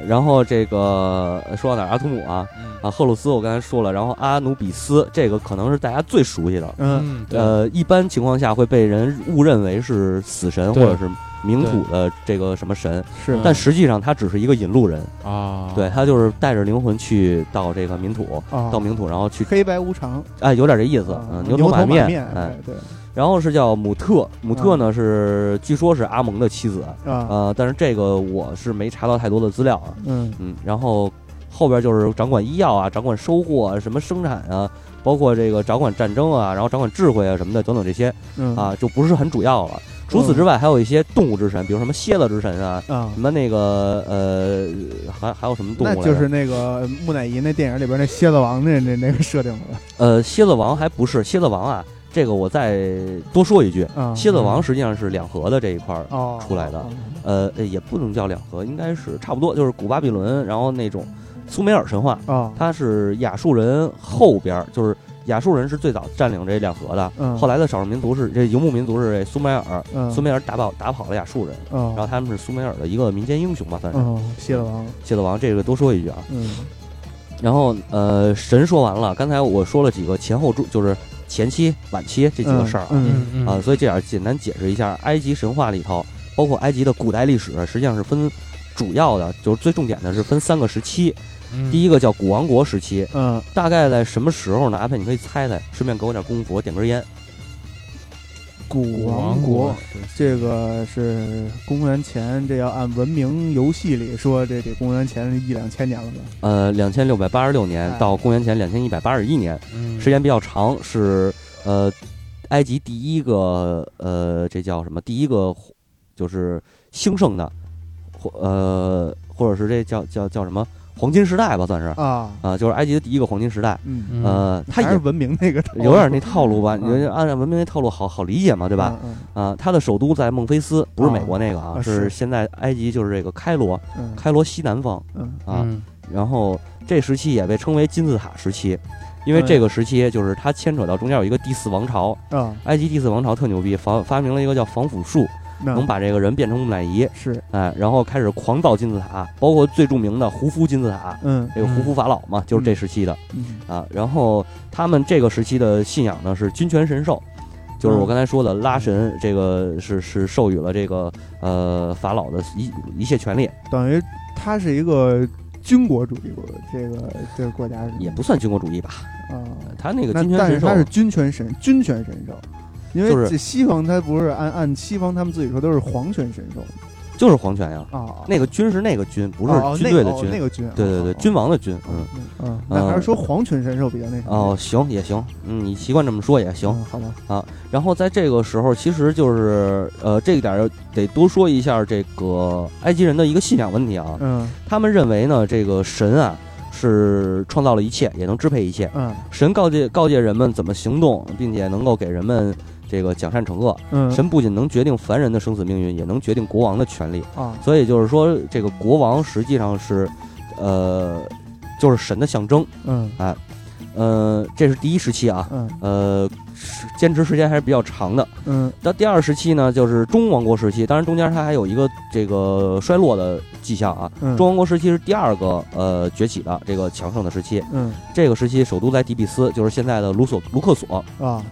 Speaker 2: 然后这个呃说到哪儿？阿图姆啊，啊，赫鲁斯我刚才说了，然后阿努比斯这个可能是大家最熟悉的，
Speaker 1: 嗯
Speaker 3: 嗯，对，
Speaker 2: 呃，一般情况下会被人误认为是死神或
Speaker 3: 对
Speaker 2: 者是冥土的这个什么神，
Speaker 1: 是，
Speaker 2: 但实际上他只是一个引路人，
Speaker 3: 啊，
Speaker 2: 对他就是带着灵魂去到这个冥土，
Speaker 1: 啊
Speaker 2: 到冥土然后去，
Speaker 1: 黑白无常，
Speaker 2: 哎，有点这意思
Speaker 1: 啊，
Speaker 2: 嗯，
Speaker 1: 牛
Speaker 2: 头
Speaker 1: 马
Speaker 2: 面，哎
Speaker 1: 哎，，对
Speaker 2: 然后是叫姆特，姆特呢是据说是阿蒙的妻子，
Speaker 1: 啊，
Speaker 2: 呃，但是这个我是没查到太多的资料啊，
Speaker 1: 嗯
Speaker 2: 嗯，然后后边就是掌管医药啊，掌管收获啊，什么生产啊，包括这个掌管战争啊，然后掌管智慧啊什么的等等这些
Speaker 1: 嗯
Speaker 2: 啊，就不是很主要了。除此之外，还有一些动物之
Speaker 1: 嗯
Speaker 2: 神，比如什么蝎子之神啊，
Speaker 1: 啊
Speaker 2: 什，么那个呃，还还有什么动
Speaker 1: 那
Speaker 2: 物来
Speaker 1: 就
Speaker 2: 着？
Speaker 1: 是那个木乃伊那电影里边那蝎子王那那那个设定了
Speaker 2: 呃，蝎子王还不是蝎子王啊，这个我再多说一句，
Speaker 1: 啊，
Speaker 2: 蝎子王实际上是两河的这一块儿，
Speaker 1: 哦
Speaker 2: 出来的
Speaker 1: 嗯
Speaker 2: 呃，呃也不能叫两河，应该是差不多，就是古巴比伦，然后那种苏美尔神话，
Speaker 1: 哦，
Speaker 2: 它是亚述人后边儿，就是亚述人是最早占领这两河的，
Speaker 1: 嗯
Speaker 2: 后来的少数民族是这游牧民族是这苏美尔，
Speaker 1: 嗯
Speaker 2: 苏美尔打跑打跑了亚述人，
Speaker 1: 哦，
Speaker 2: 然后他们是苏美尔的一个民间英雄吧，算是
Speaker 1: 哦，蝎子王，
Speaker 2: 蝎子王，这个多说一句啊。
Speaker 1: 嗯
Speaker 2: 然后呃，神说完了，刚才我说了几个前后注，就是前期、晚期这几个事儿啊、
Speaker 1: 嗯
Speaker 3: 嗯
Speaker 2: 啊，所以这点儿简单解释一下，埃及神话里头，包括埃及的古代历史，实际上是分主要的，就是最重点的是分三个时期。第
Speaker 3: 一
Speaker 2: 一个叫古王国时期，
Speaker 1: 嗯，
Speaker 2: 大概在什么时候呢？阿佩，你可以猜猜，顺便给我点功夫，我点根烟。
Speaker 1: 古王国。这个是公元前，这要按文明游戏里说，这得公元前一两千年了吧？
Speaker 2: 呃，两千六百八十六年
Speaker 1: 哎
Speaker 2: 到公元前两千一百八十一年，
Speaker 3: 嗯
Speaker 2: 时间比较长，是呃，埃及第一个呃，这叫什么？第一个就是兴盛的，或呃，或者是这叫叫叫什么黄金时代吧，算是啊、
Speaker 1: 啊，
Speaker 2: 就是埃及的第一个黄金时代。
Speaker 1: 嗯，
Speaker 3: 嗯
Speaker 2: 呃，它
Speaker 1: 还是
Speaker 2: 也
Speaker 1: 文明那个套路，
Speaker 2: 有点那套路吧，
Speaker 1: 嗯
Speaker 2: 你就按照文明那套路好好理解嘛，对吧？
Speaker 1: 嗯？
Speaker 2: 啊、它的首都在孟菲斯，不是美国那个啊，
Speaker 1: 啊
Speaker 2: 是
Speaker 1: 是
Speaker 2: 现在埃及就是这个开罗，
Speaker 1: 嗯
Speaker 2: 开罗西南方
Speaker 1: 嗯
Speaker 2: 啊。然后这时期也被称为金字塔时期，因为这个时期就是它牵扯到中间有一个第四王朝，
Speaker 1: 嗯啊，
Speaker 2: 埃及第四王朝特牛逼，防发明了一个叫防腐术，
Speaker 1: 那
Speaker 2: 能把这个人变成木乃伊，
Speaker 1: 是
Speaker 2: 哎，然后开始狂造金字塔，包括最著名的胡夫金字塔，
Speaker 1: 嗯
Speaker 2: 这个胡夫法老嘛，就是这时期的
Speaker 1: 嗯
Speaker 2: 啊。然后他们这个时期的信仰呢是君权神授。就是
Speaker 1: 嗯
Speaker 2: 我刚才说的拉神，这个是是授予了这个呃法老的一一切权利，
Speaker 1: 等于它是一个军国主义国，这个这个国家是吗
Speaker 2: 也不算军国主义吧？
Speaker 1: 啊，
Speaker 2: 他那个
Speaker 1: 那
Speaker 2: 君权
Speaker 1: 但
Speaker 2: 神
Speaker 1: 是
Speaker 2: 授
Speaker 1: 它是军权神军权神授，因为
Speaker 2: 就是
Speaker 1: 这西方它不是按按西方他们自己说都是皇权神授
Speaker 2: 就是皇权呀，
Speaker 1: 啊，
Speaker 2: 那个军是那个军，不
Speaker 1: 哦哦
Speaker 2: 是军队的
Speaker 1: 那个哦
Speaker 2: 军。
Speaker 1: 那个军，
Speaker 2: 对对对，君王的君，嗯
Speaker 1: 嗯。嗯，那还是说皇权神授比较那什么
Speaker 2: 哦，行也行，嗯，你习惯这么说也行。
Speaker 1: 嗯好吧，
Speaker 2: 然后在这个时候，其实就是呃，这一点儿得多说一下这个埃及人的一个信仰问题啊。
Speaker 1: 嗯
Speaker 2: 他们认为呢，这个神啊是创造了一切，也能支配一切。
Speaker 1: 嗯
Speaker 2: 神告诫告诫人们怎么行动，并且能够给人们这个奖善惩恶。
Speaker 1: 嗯，
Speaker 2: 神不仅能决定凡人的生死命运，也能决定国王的权利。
Speaker 1: 啊
Speaker 2: 所以就是说，这个国王实际上是，呃，就是神的象征。
Speaker 1: 嗯
Speaker 2: 呃，这是第一时期啊，
Speaker 1: 嗯
Speaker 2: 呃，是坚持时间还是比较长的。
Speaker 1: 嗯
Speaker 2: 到第二时期呢，就是中王国时期，当然中间它还有一个这个衰落的迹象啊。
Speaker 1: 嗯，
Speaker 2: 中王国时期是第二个呃崛起的这个强盛的时期，
Speaker 1: 嗯
Speaker 2: 这个时期首都在底比斯，就是现在的卢索卢克索，
Speaker 1: 啊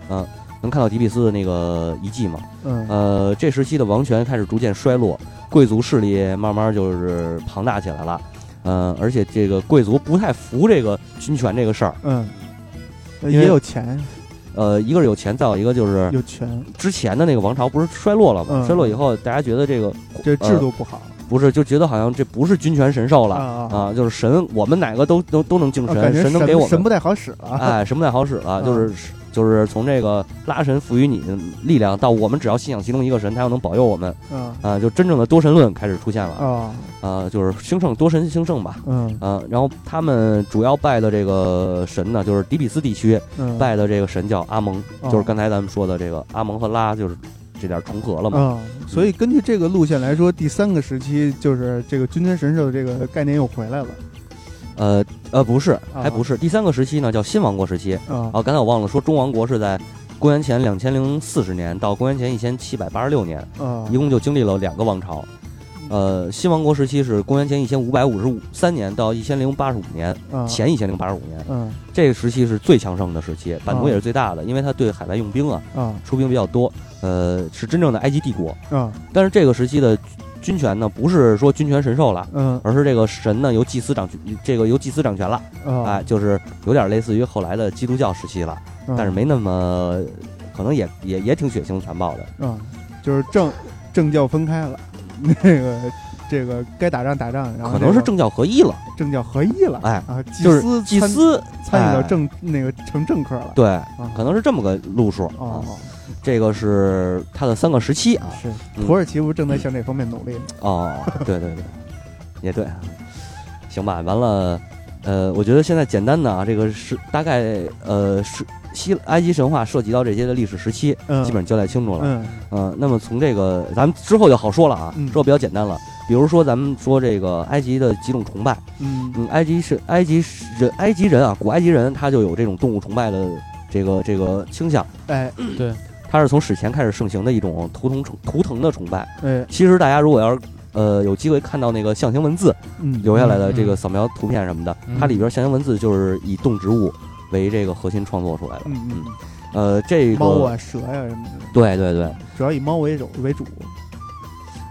Speaker 2: 能看到底比斯的那个遗迹吗？
Speaker 1: 嗯
Speaker 2: 呃，这时期的王权开始逐渐衰落，贵族势力慢慢就是庞大起来了。嗯、而且这个贵族不太服这个军权这个事儿，
Speaker 1: 嗯，呃
Speaker 2: 因为
Speaker 1: 也有钱
Speaker 2: 呃，一个是有钱，再有一个就是
Speaker 1: 有权，
Speaker 2: 之前的那个王朝不是衰落了吗？
Speaker 1: 嗯
Speaker 2: 衰落以后，大家觉得这个
Speaker 1: 这制度不好
Speaker 2: 不是，就觉得好像这不是君权神授了啊、
Speaker 1: 啊啊
Speaker 2: 就是神，我们哪个都都都能敬
Speaker 1: 啊
Speaker 2: 神，
Speaker 1: 感觉
Speaker 2: 神能给我
Speaker 1: 神
Speaker 2: 们，
Speaker 1: 不太好使 了，
Speaker 2: 哎，什么太好使了，
Speaker 1: 嗯
Speaker 2: 就是就是从这个拉神赋予你的力量，到我们只要信仰其中一个神，他又能保佑我们
Speaker 1: 嗯
Speaker 2: 啊、就真正的多神论开始出现了啊、
Speaker 1: 啊
Speaker 2: 就是兴盛多神兴盛吧。
Speaker 1: 嗯
Speaker 2: 啊，然后他们主要拜的这个神呢，就是底比斯地区
Speaker 1: 嗯，
Speaker 2: 拜的这个神叫阿蒙，
Speaker 1: 哦
Speaker 2: 就是刚才咱们说的这个阿蒙和拉，就是这点重合了嘛。
Speaker 1: 啊，所以根据这个路线来说，第三个时期就是这个君权神授的这个概念又回来了
Speaker 2: 呃呃，不是，
Speaker 1: 嗯
Speaker 2: 还不是。第三个时期呢，叫新王国时期。
Speaker 1: 啊
Speaker 2: 啊，刚才我忘了说，中王国是在公元前两千零四十年到公元前一千七百八十六年，
Speaker 1: 啊
Speaker 2: 一共就经历了两个王朝。
Speaker 1: 嗯
Speaker 2: 呃，新王国时期是公元前一千五百五十五三年到一千零八十五年，
Speaker 1: 啊
Speaker 2: 前一千零八十五年，
Speaker 1: 嗯
Speaker 2: 这个时期是最强盛的时期，版图
Speaker 1: 啊
Speaker 2: 也是最大的，因为它对海外用兵啊，
Speaker 1: 啊
Speaker 2: 出兵比较多，呃，是真正的埃及帝国。
Speaker 1: 啊
Speaker 2: 但是这个时期的军权呢，不是说军权神授了。
Speaker 1: 嗯
Speaker 2: 而是这个神呢由祭司掌权，这个由祭司掌权了，哎，
Speaker 1: 啊，
Speaker 2: 就是有点类似于后来的基督教时期了。
Speaker 1: 嗯
Speaker 2: 但是没那么，可能也也也挺血腥残暴的。
Speaker 1: 啊，就是政政教分开了，那个这个该打仗打仗，然后
Speaker 2: 可能是
Speaker 1: 这个
Speaker 2: 政教合一了，
Speaker 1: 政教合一了，
Speaker 2: 哎
Speaker 1: 啊，祭
Speaker 2: 就是
Speaker 1: 司
Speaker 2: 祭
Speaker 1: 参
Speaker 2: 司
Speaker 1: 参与到
Speaker 2: 哎
Speaker 1: 政那个成政客了，
Speaker 2: 对，
Speaker 1: 啊
Speaker 2: 可能是这么个路数啊。
Speaker 1: 哦
Speaker 2: 这个是它的三个时 期啊。
Speaker 1: 是
Speaker 2: 嗯
Speaker 1: 土耳其不是正在向这方面努力吗？
Speaker 2: 哦，对对对，也对，行吧。完了，呃，我觉得现在简单的啊，这个是大概呃是希埃及神话涉及到这些的历史时期，
Speaker 1: 嗯，
Speaker 2: 基本上交代清楚了。
Speaker 1: 嗯
Speaker 2: 嗯，那么从这个咱们之后就好说了啊，
Speaker 1: 嗯
Speaker 2: 之后比较简单了。比如说咱们说这个埃及的几种崇拜，
Speaker 1: 嗯
Speaker 2: 嗯，埃及是埃及是人，埃及人啊，古埃及人他就有这种动物崇拜的这个这个倾向，
Speaker 1: 哎
Speaker 2: 他是从史前开始盛行的一种图腾崇图腾的崇拜。
Speaker 1: 哎
Speaker 2: 其实大家如果要是呃有机会看到那个象形文字
Speaker 1: 嗯
Speaker 2: 留下来的
Speaker 3: 嗯
Speaker 2: 这个扫描图片什么的，
Speaker 3: 嗯
Speaker 2: 它里边象形文字就是以动植物为这个核心创作出来的。
Speaker 1: 嗯嗯
Speaker 2: 呃，这
Speaker 1: 嗯，猫
Speaker 2: 个
Speaker 1: 啊蛇呀什么的，
Speaker 2: 对对对，
Speaker 1: 主要以猫为主为主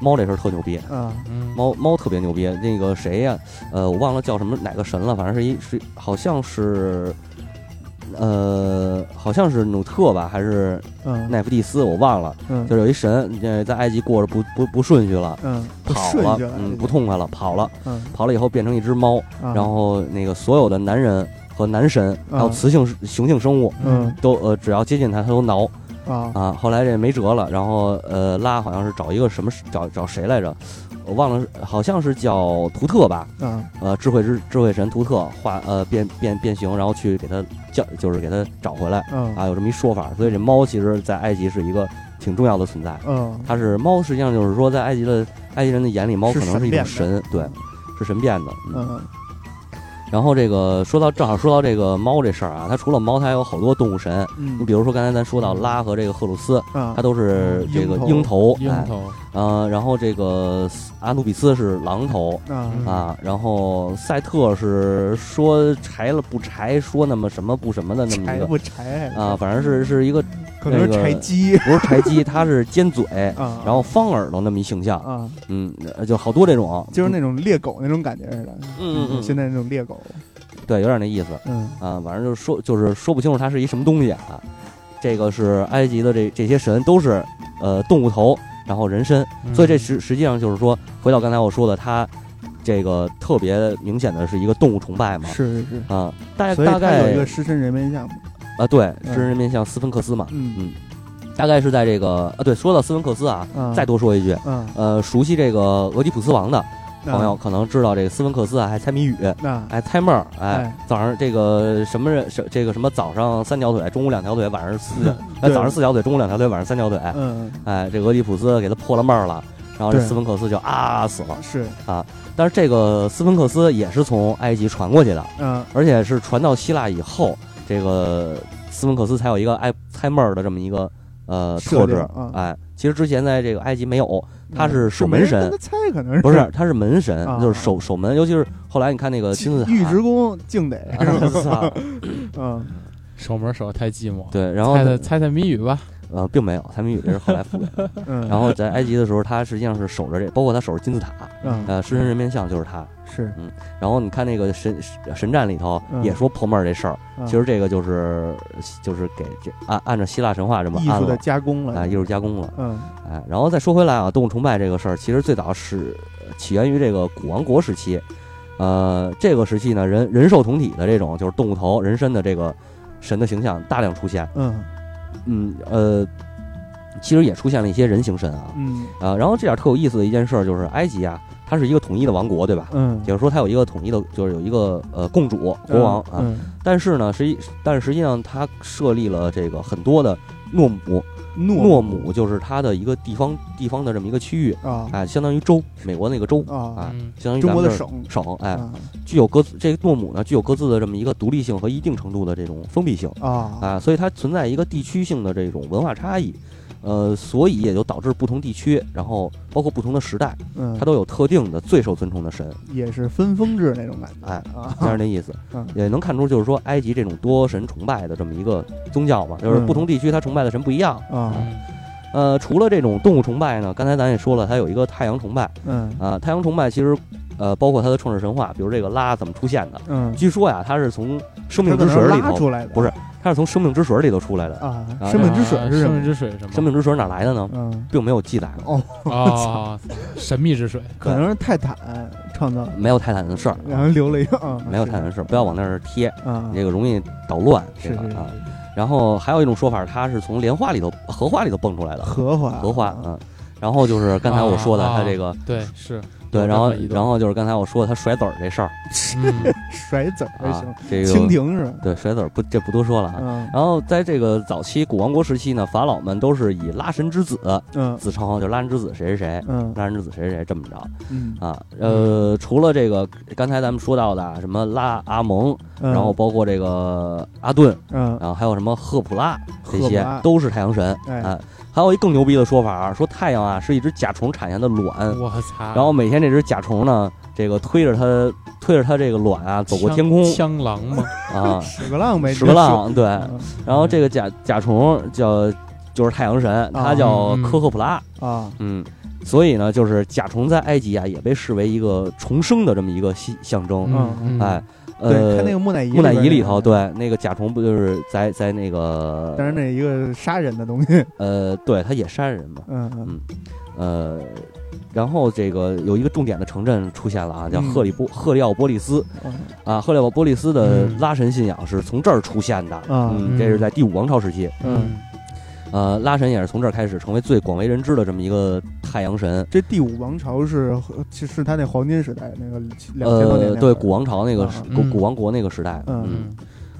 Speaker 2: 猫这事儿特牛逼。
Speaker 1: 啊
Speaker 3: 嗯
Speaker 2: 猫猫特别牛逼，那个谁呀、呃，我忘了叫什么哪个神了，反正是一是好像是，呃，好像是努特吧，还是
Speaker 1: 嗯
Speaker 2: 奈夫蒂斯，我忘了，
Speaker 1: 嗯
Speaker 2: 就是有一神，呃，在埃及过着不不不顺序了，
Speaker 1: 嗯不
Speaker 2: 跑
Speaker 1: 顺
Speaker 2: 了
Speaker 1: 序，了
Speaker 2: 嗯，不痛快了，跑了，
Speaker 1: 嗯
Speaker 2: 跑了以后变成一只猫，
Speaker 1: 啊
Speaker 2: 然后那个所有的男人和男神，还有
Speaker 1: 嗯
Speaker 2: 雌性雄性生物。
Speaker 1: 嗯
Speaker 2: 都呃，只要接近它，它都挠
Speaker 1: 啊
Speaker 2: 啊。后来这没辙了，然后呃，拉好像是找一个什么找找谁来着，我忘了，好像是叫图特吧，
Speaker 1: 啊
Speaker 2: 呃智慧之智慧神图特化呃变变变形，然后去给他叫，就是给他找回来
Speaker 1: 嗯
Speaker 2: 啊，有这么一说法。所以这猫其实，在埃及是一个挺重要的存在。
Speaker 1: 嗯
Speaker 2: 它是猫，实际上就是说，在埃及的埃及人的眼里，猫
Speaker 1: 是
Speaker 2: 可能是
Speaker 1: 神
Speaker 2: 一
Speaker 1: 变的
Speaker 2: 种神，对，是神变的。嗯，
Speaker 1: 嗯
Speaker 2: 然后这个说到正好说到这个猫这事儿啊，它除了猫，它还有好多动物神。
Speaker 1: 嗯
Speaker 2: 你比如说刚才咱说到拉和这个赫鲁斯，
Speaker 1: 啊
Speaker 2: 它都是这个
Speaker 1: 鹰
Speaker 2: 鹰头，
Speaker 3: 鹰
Speaker 2: 哎，
Speaker 3: 头，
Speaker 2: 呃，然后这个阿努比斯是狼头，
Speaker 1: 啊
Speaker 3: 嗯
Speaker 2: 啊，然后赛特是说柴了不柴，说那么什么不什么的那么一
Speaker 1: 柴
Speaker 2: 个
Speaker 1: 不柴
Speaker 2: 啊，反正是是一个
Speaker 1: 可能是柴鸡
Speaker 2: 不是柴鸡，它是尖嘴，
Speaker 1: 啊，
Speaker 2: 然后方耳朵那么一形象，
Speaker 1: 啊
Speaker 2: 嗯，呃就好多这种，
Speaker 1: 就是那种猎狗那种感觉似的，
Speaker 2: 嗯嗯嗯
Speaker 1: 现在那种猎狗
Speaker 2: 对，有点那意思
Speaker 1: 嗯
Speaker 2: 啊，反正就是说就是说不清楚它是一什么东西啊。这个是埃及的这这些神都是呃动物头，然后人身，哎
Speaker 1: 嗯
Speaker 2: 所
Speaker 3: 嗯
Speaker 2: 以这实实际上就是说，回到刚才我说的，它这个特别明显的是一个动物崇拜嘛。
Speaker 1: 嗯是是
Speaker 2: 啊，大
Speaker 1: 是，所以
Speaker 2: 大
Speaker 1: 它
Speaker 2: 概
Speaker 1: 有一个狮身人面像嘛，
Speaker 2: 啊，对，
Speaker 1: 嗯
Speaker 2: 狮身人面像斯芬克斯嘛，
Speaker 1: 嗯
Speaker 2: 大概是在这个啊，对，说到斯芬克斯啊，
Speaker 1: 啊
Speaker 2: 再多说一句，
Speaker 1: 嗯
Speaker 2: 呃，熟悉这个俄狄浦斯王的
Speaker 1: 那
Speaker 2: 朋友可能知道，这个斯芬克斯啊还猜谜语，
Speaker 1: 那
Speaker 2: 还猜梦儿，哎，
Speaker 1: 哎
Speaker 2: 早上这个什么人，什这个什么早上三条腿，中午两条腿，晚上 四条，哎，
Speaker 1: 对
Speaker 2: 早上四条腿，中午两条腿，晚上三条腿，
Speaker 1: 嗯
Speaker 2: 哎，这俄狄浦斯给他破了帽了。然后这
Speaker 1: 对
Speaker 2: 斯芬克斯就啊死了，
Speaker 1: 是
Speaker 2: 但是这个斯芬克斯也是从埃及传过去的，
Speaker 1: 嗯
Speaker 2: 而且是传到希腊以后，这个斯芬克斯才有一个爱猜闷儿的这么一个呃
Speaker 1: 设
Speaker 2: 特
Speaker 1: 定
Speaker 2: 质。
Speaker 1: 啊
Speaker 2: 哎，其实之前在这个埃及没有，他是守
Speaker 1: 没嗯人
Speaker 2: 门神
Speaker 1: 跟他猜可能是
Speaker 2: 不是，他是门神，
Speaker 1: 啊
Speaker 2: 就是守守门，尤其是后来你看那个金字塔，啊
Speaker 1: 玉职工净得是吧
Speaker 2: 我操
Speaker 1: 嗯
Speaker 3: 守门守得太寂寞。
Speaker 2: 对，然后
Speaker 3: 猜猜猜猜谜语吧，
Speaker 2: 呃并没有，猜谜语这是后来附的。
Speaker 1: 嗯，
Speaker 2: 然后在埃及的时候，他实际上是守着这，包括他守着金字塔，
Speaker 1: 嗯
Speaker 2: 呃，狮身人面像就是他。
Speaker 1: 是
Speaker 2: 然后你看那个神神战里头
Speaker 1: 嗯
Speaker 2: 也说破闷儿这事儿，
Speaker 1: 嗯
Speaker 2: 其实这个就是就是给这按按照希腊神话这么
Speaker 1: 艺
Speaker 2: 按
Speaker 1: 术的
Speaker 2: 了
Speaker 1: 加工
Speaker 2: 啊，
Speaker 1: 了
Speaker 2: 艺术加工了。
Speaker 1: 嗯
Speaker 2: 哎，然后再说回来啊，动物崇拜这个事儿，其实最早是呃起源于这个古王国时期。呃，这个时期呢，人人兽同体的这种就是动物头人身的这个神的形象大量出现。
Speaker 1: 嗯
Speaker 2: 嗯，呃，其实也出现了一些人形神啊。
Speaker 1: 嗯
Speaker 2: 啊，然后这点特有意思的一件事儿就是，埃及啊，它是一个统一的王国，对吧？
Speaker 1: 嗯
Speaker 2: 也就是说，它有一个统一的，就是有一个呃共主国王啊。
Speaker 1: 嗯
Speaker 2: 但是呢，实际但是实际上，它设立了这个很多的诺姆，
Speaker 1: 诺
Speaker 2: 诺姆就是它的一个地方地方的这么一个区域，
Speaker 1: 啊
Speaker 2: 哎，相当于州，美国那个州，
Speaker 1: 啊
Speaker 2: 啊
Speaker 3: 嗯
Speaker 2: 相当于
Speaker 1: 中国的
Speaker 2: 省
Speaker 1: 省
Speaker 2: 省，哎，
Speaker 1: 啊
Speaker 2: 具有各自这个诺姆呢具有各自的这么一个独立性和一定程度的这种封闭性
Speaker 1: 啊
Speaker 2: 啊，所以它存在一个地区性的这种文化差异，呃，所以也就导致不同地区，然后包括不同的时代，
Speaker 1: 嗯
Speaker 2: 它都有特定的最受尊崇的神，
Speaker 1: 也是分封制那种感觉
Speaker 2: 哎，
Speaker 1: 啊
Speaker 2: 这样的意思
Speaker 1: 嗯，
Speaker 2: 也能看出就是说埃及这种多神崇拜的这么一个宗教嘛，就是
Speaker 1: 嗯
Speaker 2: 不同地区它崇拜的神不一样。
Speaker 1: 啊
Speaker 3: 嗯
Speaker 2: 呃，除了这种动物崇拜呢，刚才咱也说了，它有一个太阳崇拜。
Speaker 1: 嗯
Speaker 2: 啊，太阳崇拜其实，呃，包括它的创世神话，比如这个拉怎么出现的。
Speaker 1: 嗯，
Speaker 2: 据说呀，它是从
Speaker 1: 它
Speaker 2: 生命
Speaker 1: 可
Speaker 2: 之
Speaker 1: 能
Speaker 2: 水里
Speaker 1: 拉
Speaker 2: 头，
Speaker 1: 出来的
Speaker 2: 不是它是从生命之水里头出来的。
Speaker 1: 啊
Speaker 2: 啊
Speaker 1: 生命之水
Speaker 3: 啊
Speaker 1: 是什
Speaker 3: 生命
Speaker 1: 么？
Speaker 3: 之水是吗？
Speaker 2: 生命之水哪来的呢？
Speaker 1: 嗯
Speaker 2: 并没有记载，
Speaker 1: 哦，
Speaker 3: 啊，神秘之水，
Speaker 1: 可能是泰坦创造的，
Speaker 2: 没有泰坦的事儿，
Speaker 1: 然后留了一个啊，
Speaker 2: 啊没有泰坦的事儿，不要往那儿贴，
Speaker 1: 是啊
Speaker 2: 你，这个容易捣乱，这
Speaker 1: 是
Speaker 2: 个
Speaker 1: 是
Speaker 2: 啊。
Speaker 1: 是
Speaker 2: 然后还有一种说法，它是从莲花里头、
Speaker 1: 啊
Speaker 2: 荷花里头蹦出来的，
Speaker 1: 荷花
Speaker 2: 啊荷花，嗯。然后就是刚才我说的，
Speaker 3: 啊
Speaker 2: 它这个
Speaker 3: 对是，
Speaker 2: 对，然后
Speaker 3: 有这么一段
Speaker 2: 然后就是刚才我说的他甩子儿这事儿
Speaker 3: 嗯
Speaker 1: 甩子儿还哎
Speaker 2: 啊
Speaker 1: 行，，
Speaker 2: 这个
Speaker 1: 蜻蜓是吧？
Speaker 2: 对甩子儿不这不多说了啊。
Speaker 1: 嗯
Speaker 2: 然后在这个早期古王国时期呢，法老们都是以拉神之子
Speaker 1: 嗯
Speaker 2: 自称，就是拉神之子谁谁谁，
Speaker 1: 嗯
Speaker 2: 拉神之子谁谁谁这么着
Speaker 1: 嗯，
Speaker 2: 啊。呃，除了这个刚才咱们说到的啊什么拉阿蒙，
Speaker 1: 然
Speaker 2: 然后包括这个阿顿，
Speaker 1: 嗯
Speaker 2: 然后还有什么赫普拉这
Speaker 1: 赫普
Speaker 2: 些
Speaker 1: 拉
Speaker 2: 都是太阳神
Speaker 1: 哎，
Speaker 2: 啊。还有一更牛逼的说法啊，说太阳啊是一只甲虫产下的卵，
Speaker 3: 嗯我操！
Speaker 2: 然后每天这只甲虫呢，这个推着它推着它这个卵啊走过天空
Speaker 3: 枪狼吗？
Speaker 2: 啊
Speaker 1: 屎壳郎呗，
Speaker 2: 屎壳哎郎对。
Speaker 1: 嗯
Speaker 2: 然后这个甲甲虫叫就是太阳神，它叫
Speaker 3: 嗯
Speaker 2: 科赫普拉，
Speaker 1: 啊
Speaker 2: 嗯，所以呢，就是甲虫在埃及啊也被视为一个重生的这么一个象象征，
Speaker 1: 嗯
Speaker 2: 哎，，
Speaker 1: 对，看那
Speaker 2: 呃
Speaker 1: 个，木乃伊，
Speaker 2: 木乃伊里头，
Speaker 1: 对，
Speaker 2: 对，那个甲虫不就是在在那个
Speaker 1: 但是那一个杀人的东西，
Speaker 2: 呃，对，它也杀人嘛，
Speaker 1: 嗯嗯
Speaker 2: 呃，然后这个有一个重点的城镇出现了啊，叫
Speaker 1: 嗯
Speaker 2: 赫里波、赫里奥波利斯
Speaker 1: 嗯
Speaker 2: 啊，赫里奥波利斯的
Speaker 3: 嗯
Speaker 2: 拉神信仰是从这儿出现的，
Speaker 1: 啊
Speaker 2: 嗯，这是在第五王朝时期，
Speaker 1: 嗯，
Speaker 2: 呃，拉神也是从这儿开始成为最广为人知的这么一个太阳神。
Speaker 1: 这第五王朝是和其实他那黄金时代那个两千多年那会
Speaker 2: 呃，
Speaker 1: 儿，
Speaker 2: 对，古王朝那个
Speaker 1: 啊
Speaker 2: 时、
Speaker 3: 嗯
Speaker 2: 古古王国那个时代，
Speaker 1: 嗯
Speaker 2: 嗯，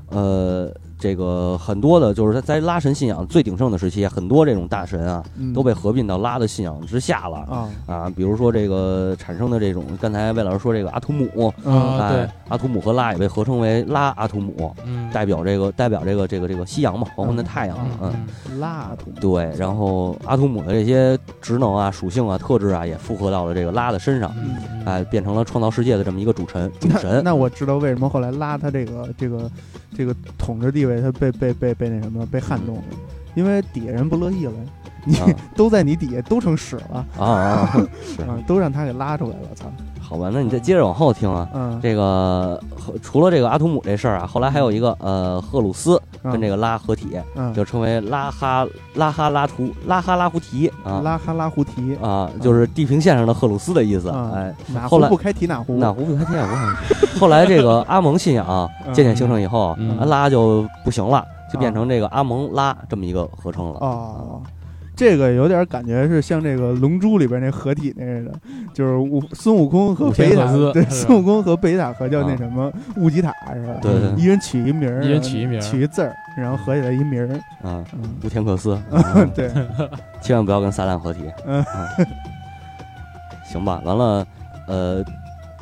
Speaker 2: 呃，这个很多的，就是在拉神信仰最鼎盛的时期，很多这种大神啊，
Speaker 1: 嗯
Speaker 2: 都被合并到拉的信仰之下了
Speaker 1: 啊
Speaker 2: 啊。比如说这个产生的这种，刚才魏老师说这个阿图姆，
Speaker 1: 啊
Speaker 3: 啊对
Speaker 2: 哎，阿图姆和拉也被合称为拉阿图姆，
Speaker 3: 嗯，
Speaker 2: 代表这个代表这个这个这个夕阳嘛，黄昏的太阳，
Speaker 3: 嗯
Speaker 2: 嗯，
Speaker 3: 嗯
Speaker 1: 拉图
Speaker 2: 对。然后阿图姆的这些职能啊、属性啊、特质啊，也复合到了这个拉的身上，
Speaker 3: 嗯
Speaker 2: 哎，变成了创造世界的这么一个主神主
Speaker 1: 那
Speaker 2: 神。
Speaker 1: 那我知道为什么后来拉他这个这个这个统治地位，他被被被被那什么被撼动了，因为底下人不乐意了，你、
Speaker 2: 嗯啊
Speaker 1: 都在你底下都成屎了
Speaker 2: 啊啊！啊 是
Speaker 1: 啊，都让他给拉出来了，操，
Speaker 2: 好吧，那你再接着往后听啊。
Speaker 1: 嗯，
Speaker 2: 这个和除了这个阿图姆这事儿啊，后来还有一个呃，赫鲁斯跟这
Speaker 1: 个
Speaker 2: 个拉合体，
Speaker 1: 嗯
Speaker 2: 就称为拉哈拉哈拉图拉哈拉胡提啊
Speaker 1: 拉哈拉胡提，
Speaker 2: 啊，就是地平线上的赫鲁斯的意思。
Speaker 1: 啊
Speaker 2: 哎，
Speaker 1: 哪
Speaker 2: 后
Speaker 1: 壶
Speaker 2: 来
Speaker 1: 不开提哪壶，
Speaker 2: 那胡不开天眼后来这个阿蒙信仰啊
Speaker 1: 嗯
Speaker 2: 渐渐兴盛以后，
Speaker 3: 嗯
Speaker 2: 拉就不行了，就
Speaker 1: 啊
Speaker 2: 变成这个阿蒙拉这么一个合称了。
Speaker 1: 哦。这个有点感觉是像这个《龙珠》里边那合体那似的，就是悟孙悟空和
Speaker 3: 武天
Speaker 1: 贝塔
Speaker 3: 赫兹，
Speaker 1: 对，
Speaker 3: 是吧
Speaker 1: 孙悟空和贝塔合叫那
Speaker 2: 啊
Speaker 1: 什么乌吉塔是吧？
Speaker 2: 对对
Speaker 1: 一人取一名儿，
Speaker 3: 一人取一名儿
Speaker 1: 取一字儿，然后合起来一名儿。
Speaker 2: 对啊，
Speaker 1: 嗯，
Speaker 2: 无天 克斯，嗯
Speaker 1: 对，
Speaker 2: 千万不要跟撒旦合体。
Speaker 1: 嗯
Speaker 2: 啊，行吧，完了，呃，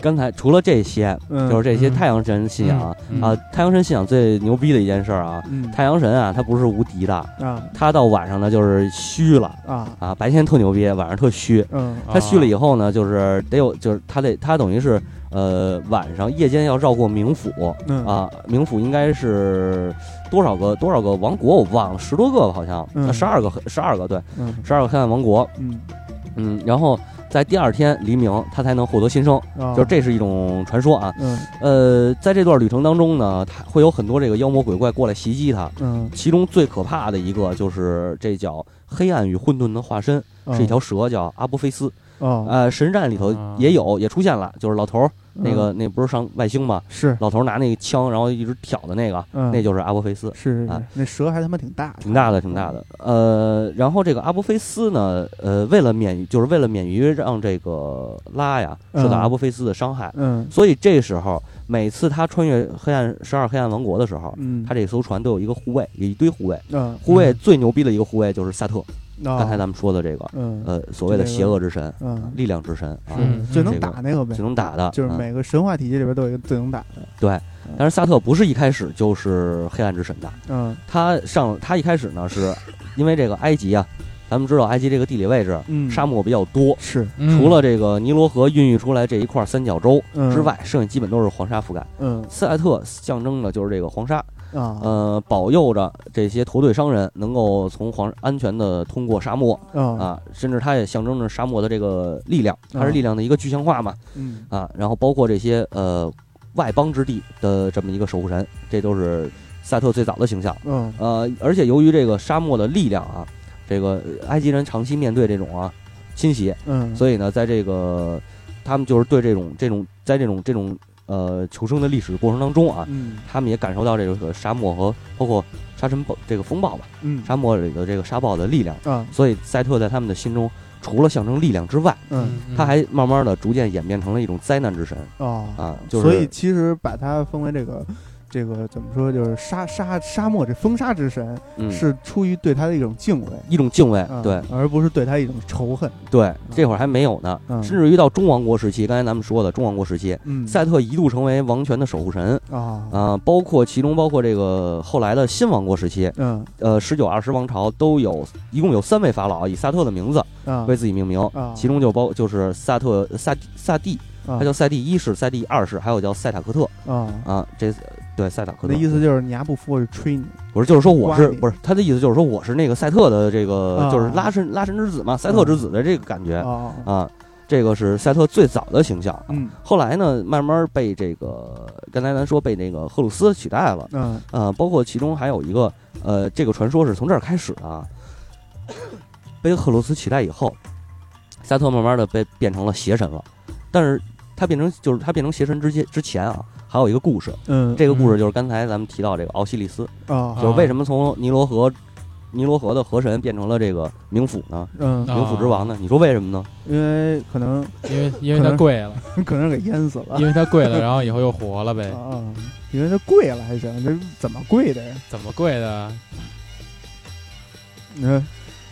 Speaker 2: 刚才除了这些，
Speaker 1: 嗯，
Speaker 2: 就是这些
Speaker 3: 嗯
Speaker 2: 太阳神信仰啊
Speaker 3: 嗯嗯
Speaker 2: 啊，太阳神信仰最牛逼的一件事儿啊，
Speaker 1: 嗯
Speaker 2: 太阳神啊，他不是无敌的，
Speaker 1: 啊
Speaker 2: 他到晚上呢就是虚了
Speaker 1: 啊
Speaker 2: 啊，白天特牛逼，晚上特虚。
Speaker 1: 嗯
Speaker 2: 他虚了以后呢，就是得有，就是他得他等于是，呃，晚上夜间要绕过冥府
Speaker 1: 嗯
Speaker 2: 啊，冥府应该是多少个多少个王国我忘了，十多个吧好
Speaker 1: 嗯
Speaker 2: 像，呃十二个十二个对，
Speaker 1: 嗯
Speaker 2: 十二个黑暗王国，
Speaker 1: 嗯
Speaker 2: 嗯，然后在第二天黎明，他才能获得新生，
Speaker 1: 啊，
Speaker 2: 就是这是一种传说啊。
Speaker 1: 嗯
Speaker 2: 呃，在这段旅程当中呢，他会有很多这个妖魔鬼怪过来袭击他，
Speaker 1: 嗯
Speaker 2: 其中最可怕的一个就是这叫黑暗与混沌的化身，
Speaker 1: 嗯
Speaker 2: 是一条蛇，叫阿波菲斯。
Speaker 1: 哦嗯
Speaker 2: 呃，神战里头也有也出现了，就是老头儿那个那不是上外星吗？
Speaker 1: 是
Speaker 2: 老头儿拿那个枪，然后一直挑的那个，
Speaker 1: 嗯
Speaker 2: 那就是阿波菲斯。
Speaker 1: 是
Speaker 2: 啊
Speaker 1: 那蛇还他妈挺大的，
Speaker 2: 挺大的，挺大的。呃，然后这个阿波菲斯呢，呃，为了免于，就是为了免于让这个拉呀
Speaker 1: 嗯
Speaker 2: 受到阿波菲斯的伤害，
Speaker 1: 嗯
Speaker 2: 所以这时候每次他穿越黑暗十二黑暗王国的时候，
Speaker 1: 嗯，
Speaker 2: 他这艘船都有一个护卫，有一堆护卫。
Speaker 1: 嗯
Speaker 2: 护卫
Speaker 3: 嗯
Speaker 2: 最牛逼的一个护卫就是萨特，
Speaker 1: 啊
Speaker 2: 刚才咱们说的这个，
Speaker 1: 嗯
Speaker 2: 呃，所谓的邪恶之神、
Speaker 1: 嗯
Speaker 2: 力量之神啊，
Speaker 1: 是
Speaker 3: 嗯
Speaker 1: 最能
Speaker 2: 这个
Speaker 1: 打那个呗
Speaker 2: 最，能打的。
Speaker 1: 就是嗯
Speaker 2: 嗯
Speaker 1: 每个神话体系里边都有一个最能打的，
Speaker 2: 但是萨特不是一开始就是黑暗之神的，
Speaker 1: 嗯
Speaker 2: 他上他一开始呢是因为这个埃及啊，咱们知道埃及这个地理位置。
Speaker 1: 嗯，
Speaker 2: 沙漠比较多，
Speaker 1: 是
Speaker 3: 嗯
Speaker 2: 除了这个尼罗河孕育出来这一块三角洲
Speaker 1: 嗯
Speaker 2: 之外，剩下基本都是黄沙覆盖。
Speaker 1: 嗯
Speaker 2: 赛特象征的就是这个黄沙，
Speaker 1: 啊
Speaker 2: 呃，保佑着这些驼队商人能够从黄安全的通过沙漠
Speaker 1: 啊
Speaker 2: 啊，甚至它也象征着沙漠的这个力量，它是力量的一个具象化嘛
Speaker 1: 嗯
Speaker 2: 啊。然后包括这些呃外邦之地的这么一个守护神，这都是赛特最早的形象。
Speaker 1: 嗯
Speaker 2: 呃，而且由于这个沙漠的力量啊，这个呃埃及人长期面对这种啊侵袭，
Speaker 1: 嗯，
Speaker 2: 所以呢，在这个他们就是对这种这种在这种这种呃求生的历史过程当中啊，
Speaker 1: 嗯
Speaker 2: 他们也感受到这个沙漠和包括沙尘暴这个风暴吧，
Speaker 1: 嗯
Speaker 2: 沙漠里的这个沙暴的力量，
Speaker 1: 啊
Speaker 2: 所以赛特在他们的心中除了象征力量之外，
Speaker 1: 嗯
Speaker 2: 他还慢慢的逐渐演变成了一种灾难之神
Speaker 1: 哦，
Speaker 2: 啊，就是
Speaker 1: 所以其实把它分为这个。这个怎么说？就是沙沙沙漠这风沙之神，
Speaker 2: 嗯
Speaker 1: 是出于对他的一种敬畏，
Speaker 2: 一种敬畏
Speaker 1: 啊，
Speaker 2: 对，
Speaker 1: 而不是对他一种仇恨。
Speaker 2: 对，这会儿还没有呢，
Speaker 1: 嗯
Speaker 2: 甚至于到中王国时期，刚才咱们说的中王国时期，
Speaker 1: 嗯，
Speaker 2: 赛特一度成为王权的守护神
Speaker 1: 啊，
Speaker 2: 啊、包括其中包括这个后来的新王国时期，
Speaker 1: 嗯
Speaker 2: 呃，十九、二十王朝都有一共有三位法老以萨特的名字
Speaker 1: 啊，
Speaker 2: 为自己命名，
Speaker 1: 啊
Speaker 2: 其中就包就是萨特萨萨蒂，
Speaker 1: 啊
Speaker 2: 他叫赛蒂一世、赛蒂二世，还有叫赛塔克特
Speaker 1: 啊，
Speaker 2: 啊，这对赛塔克特。
Speaker 1: 那意思就是你丫不服我就吹你。
Speaker 2: 不是，就是说我是
Speaker 1: 瓜你
Speaker 2: 不是他的意思，就是说我是那个赛特的这个，
Speaker 1: 啊
Speaker 2: 就是拉神拉神之子嘛，赛特之子的这个感觉
Speaker 1: 哦，
Speaker 2: 啊，这个是赛特最早的形象。
Speaker 1: 嗯
Speaker 2: 后来呢，慢慢被这个刚才咱说被那个赫鲁斯取代了，
Speaker 1: 嗯
Speaker 2: 啊，包括其中还有一个呃，这个传说是从这儿开始的啊，被赫鲁斯取代以后，赛特慢慢的被变成了邪神了，但是他变成就是他变成邪神之前之前啊，还有一个故事，
Speaker 1: 嗯，
Speaker 2: 这个故事就是刚才咱们提到这个奥西里斯，
Speaker 1: 啊
Speaker 2: 就是为什么从尼罗河尼罗河的河神变成了这个冥府呢？
Speaker 1: 嗯，
Speaker 3: 啊
Speaker 2: 冥府之王呢？你说为什么呢？
Speaker 1: 因为可能
Speaker 3: 因为因为它贵了，
Speaker 1: 可能给淹死了
Speaker 3: 因为它 贵了，然后以后又活了呗。
Speaker 1: 啊，因为它贵了还行，这怎么贵的呀？
Speaker 3: 怎么贵的？
Speaker 1: 你
Speaker 2: 嗯
Speaker 1: 说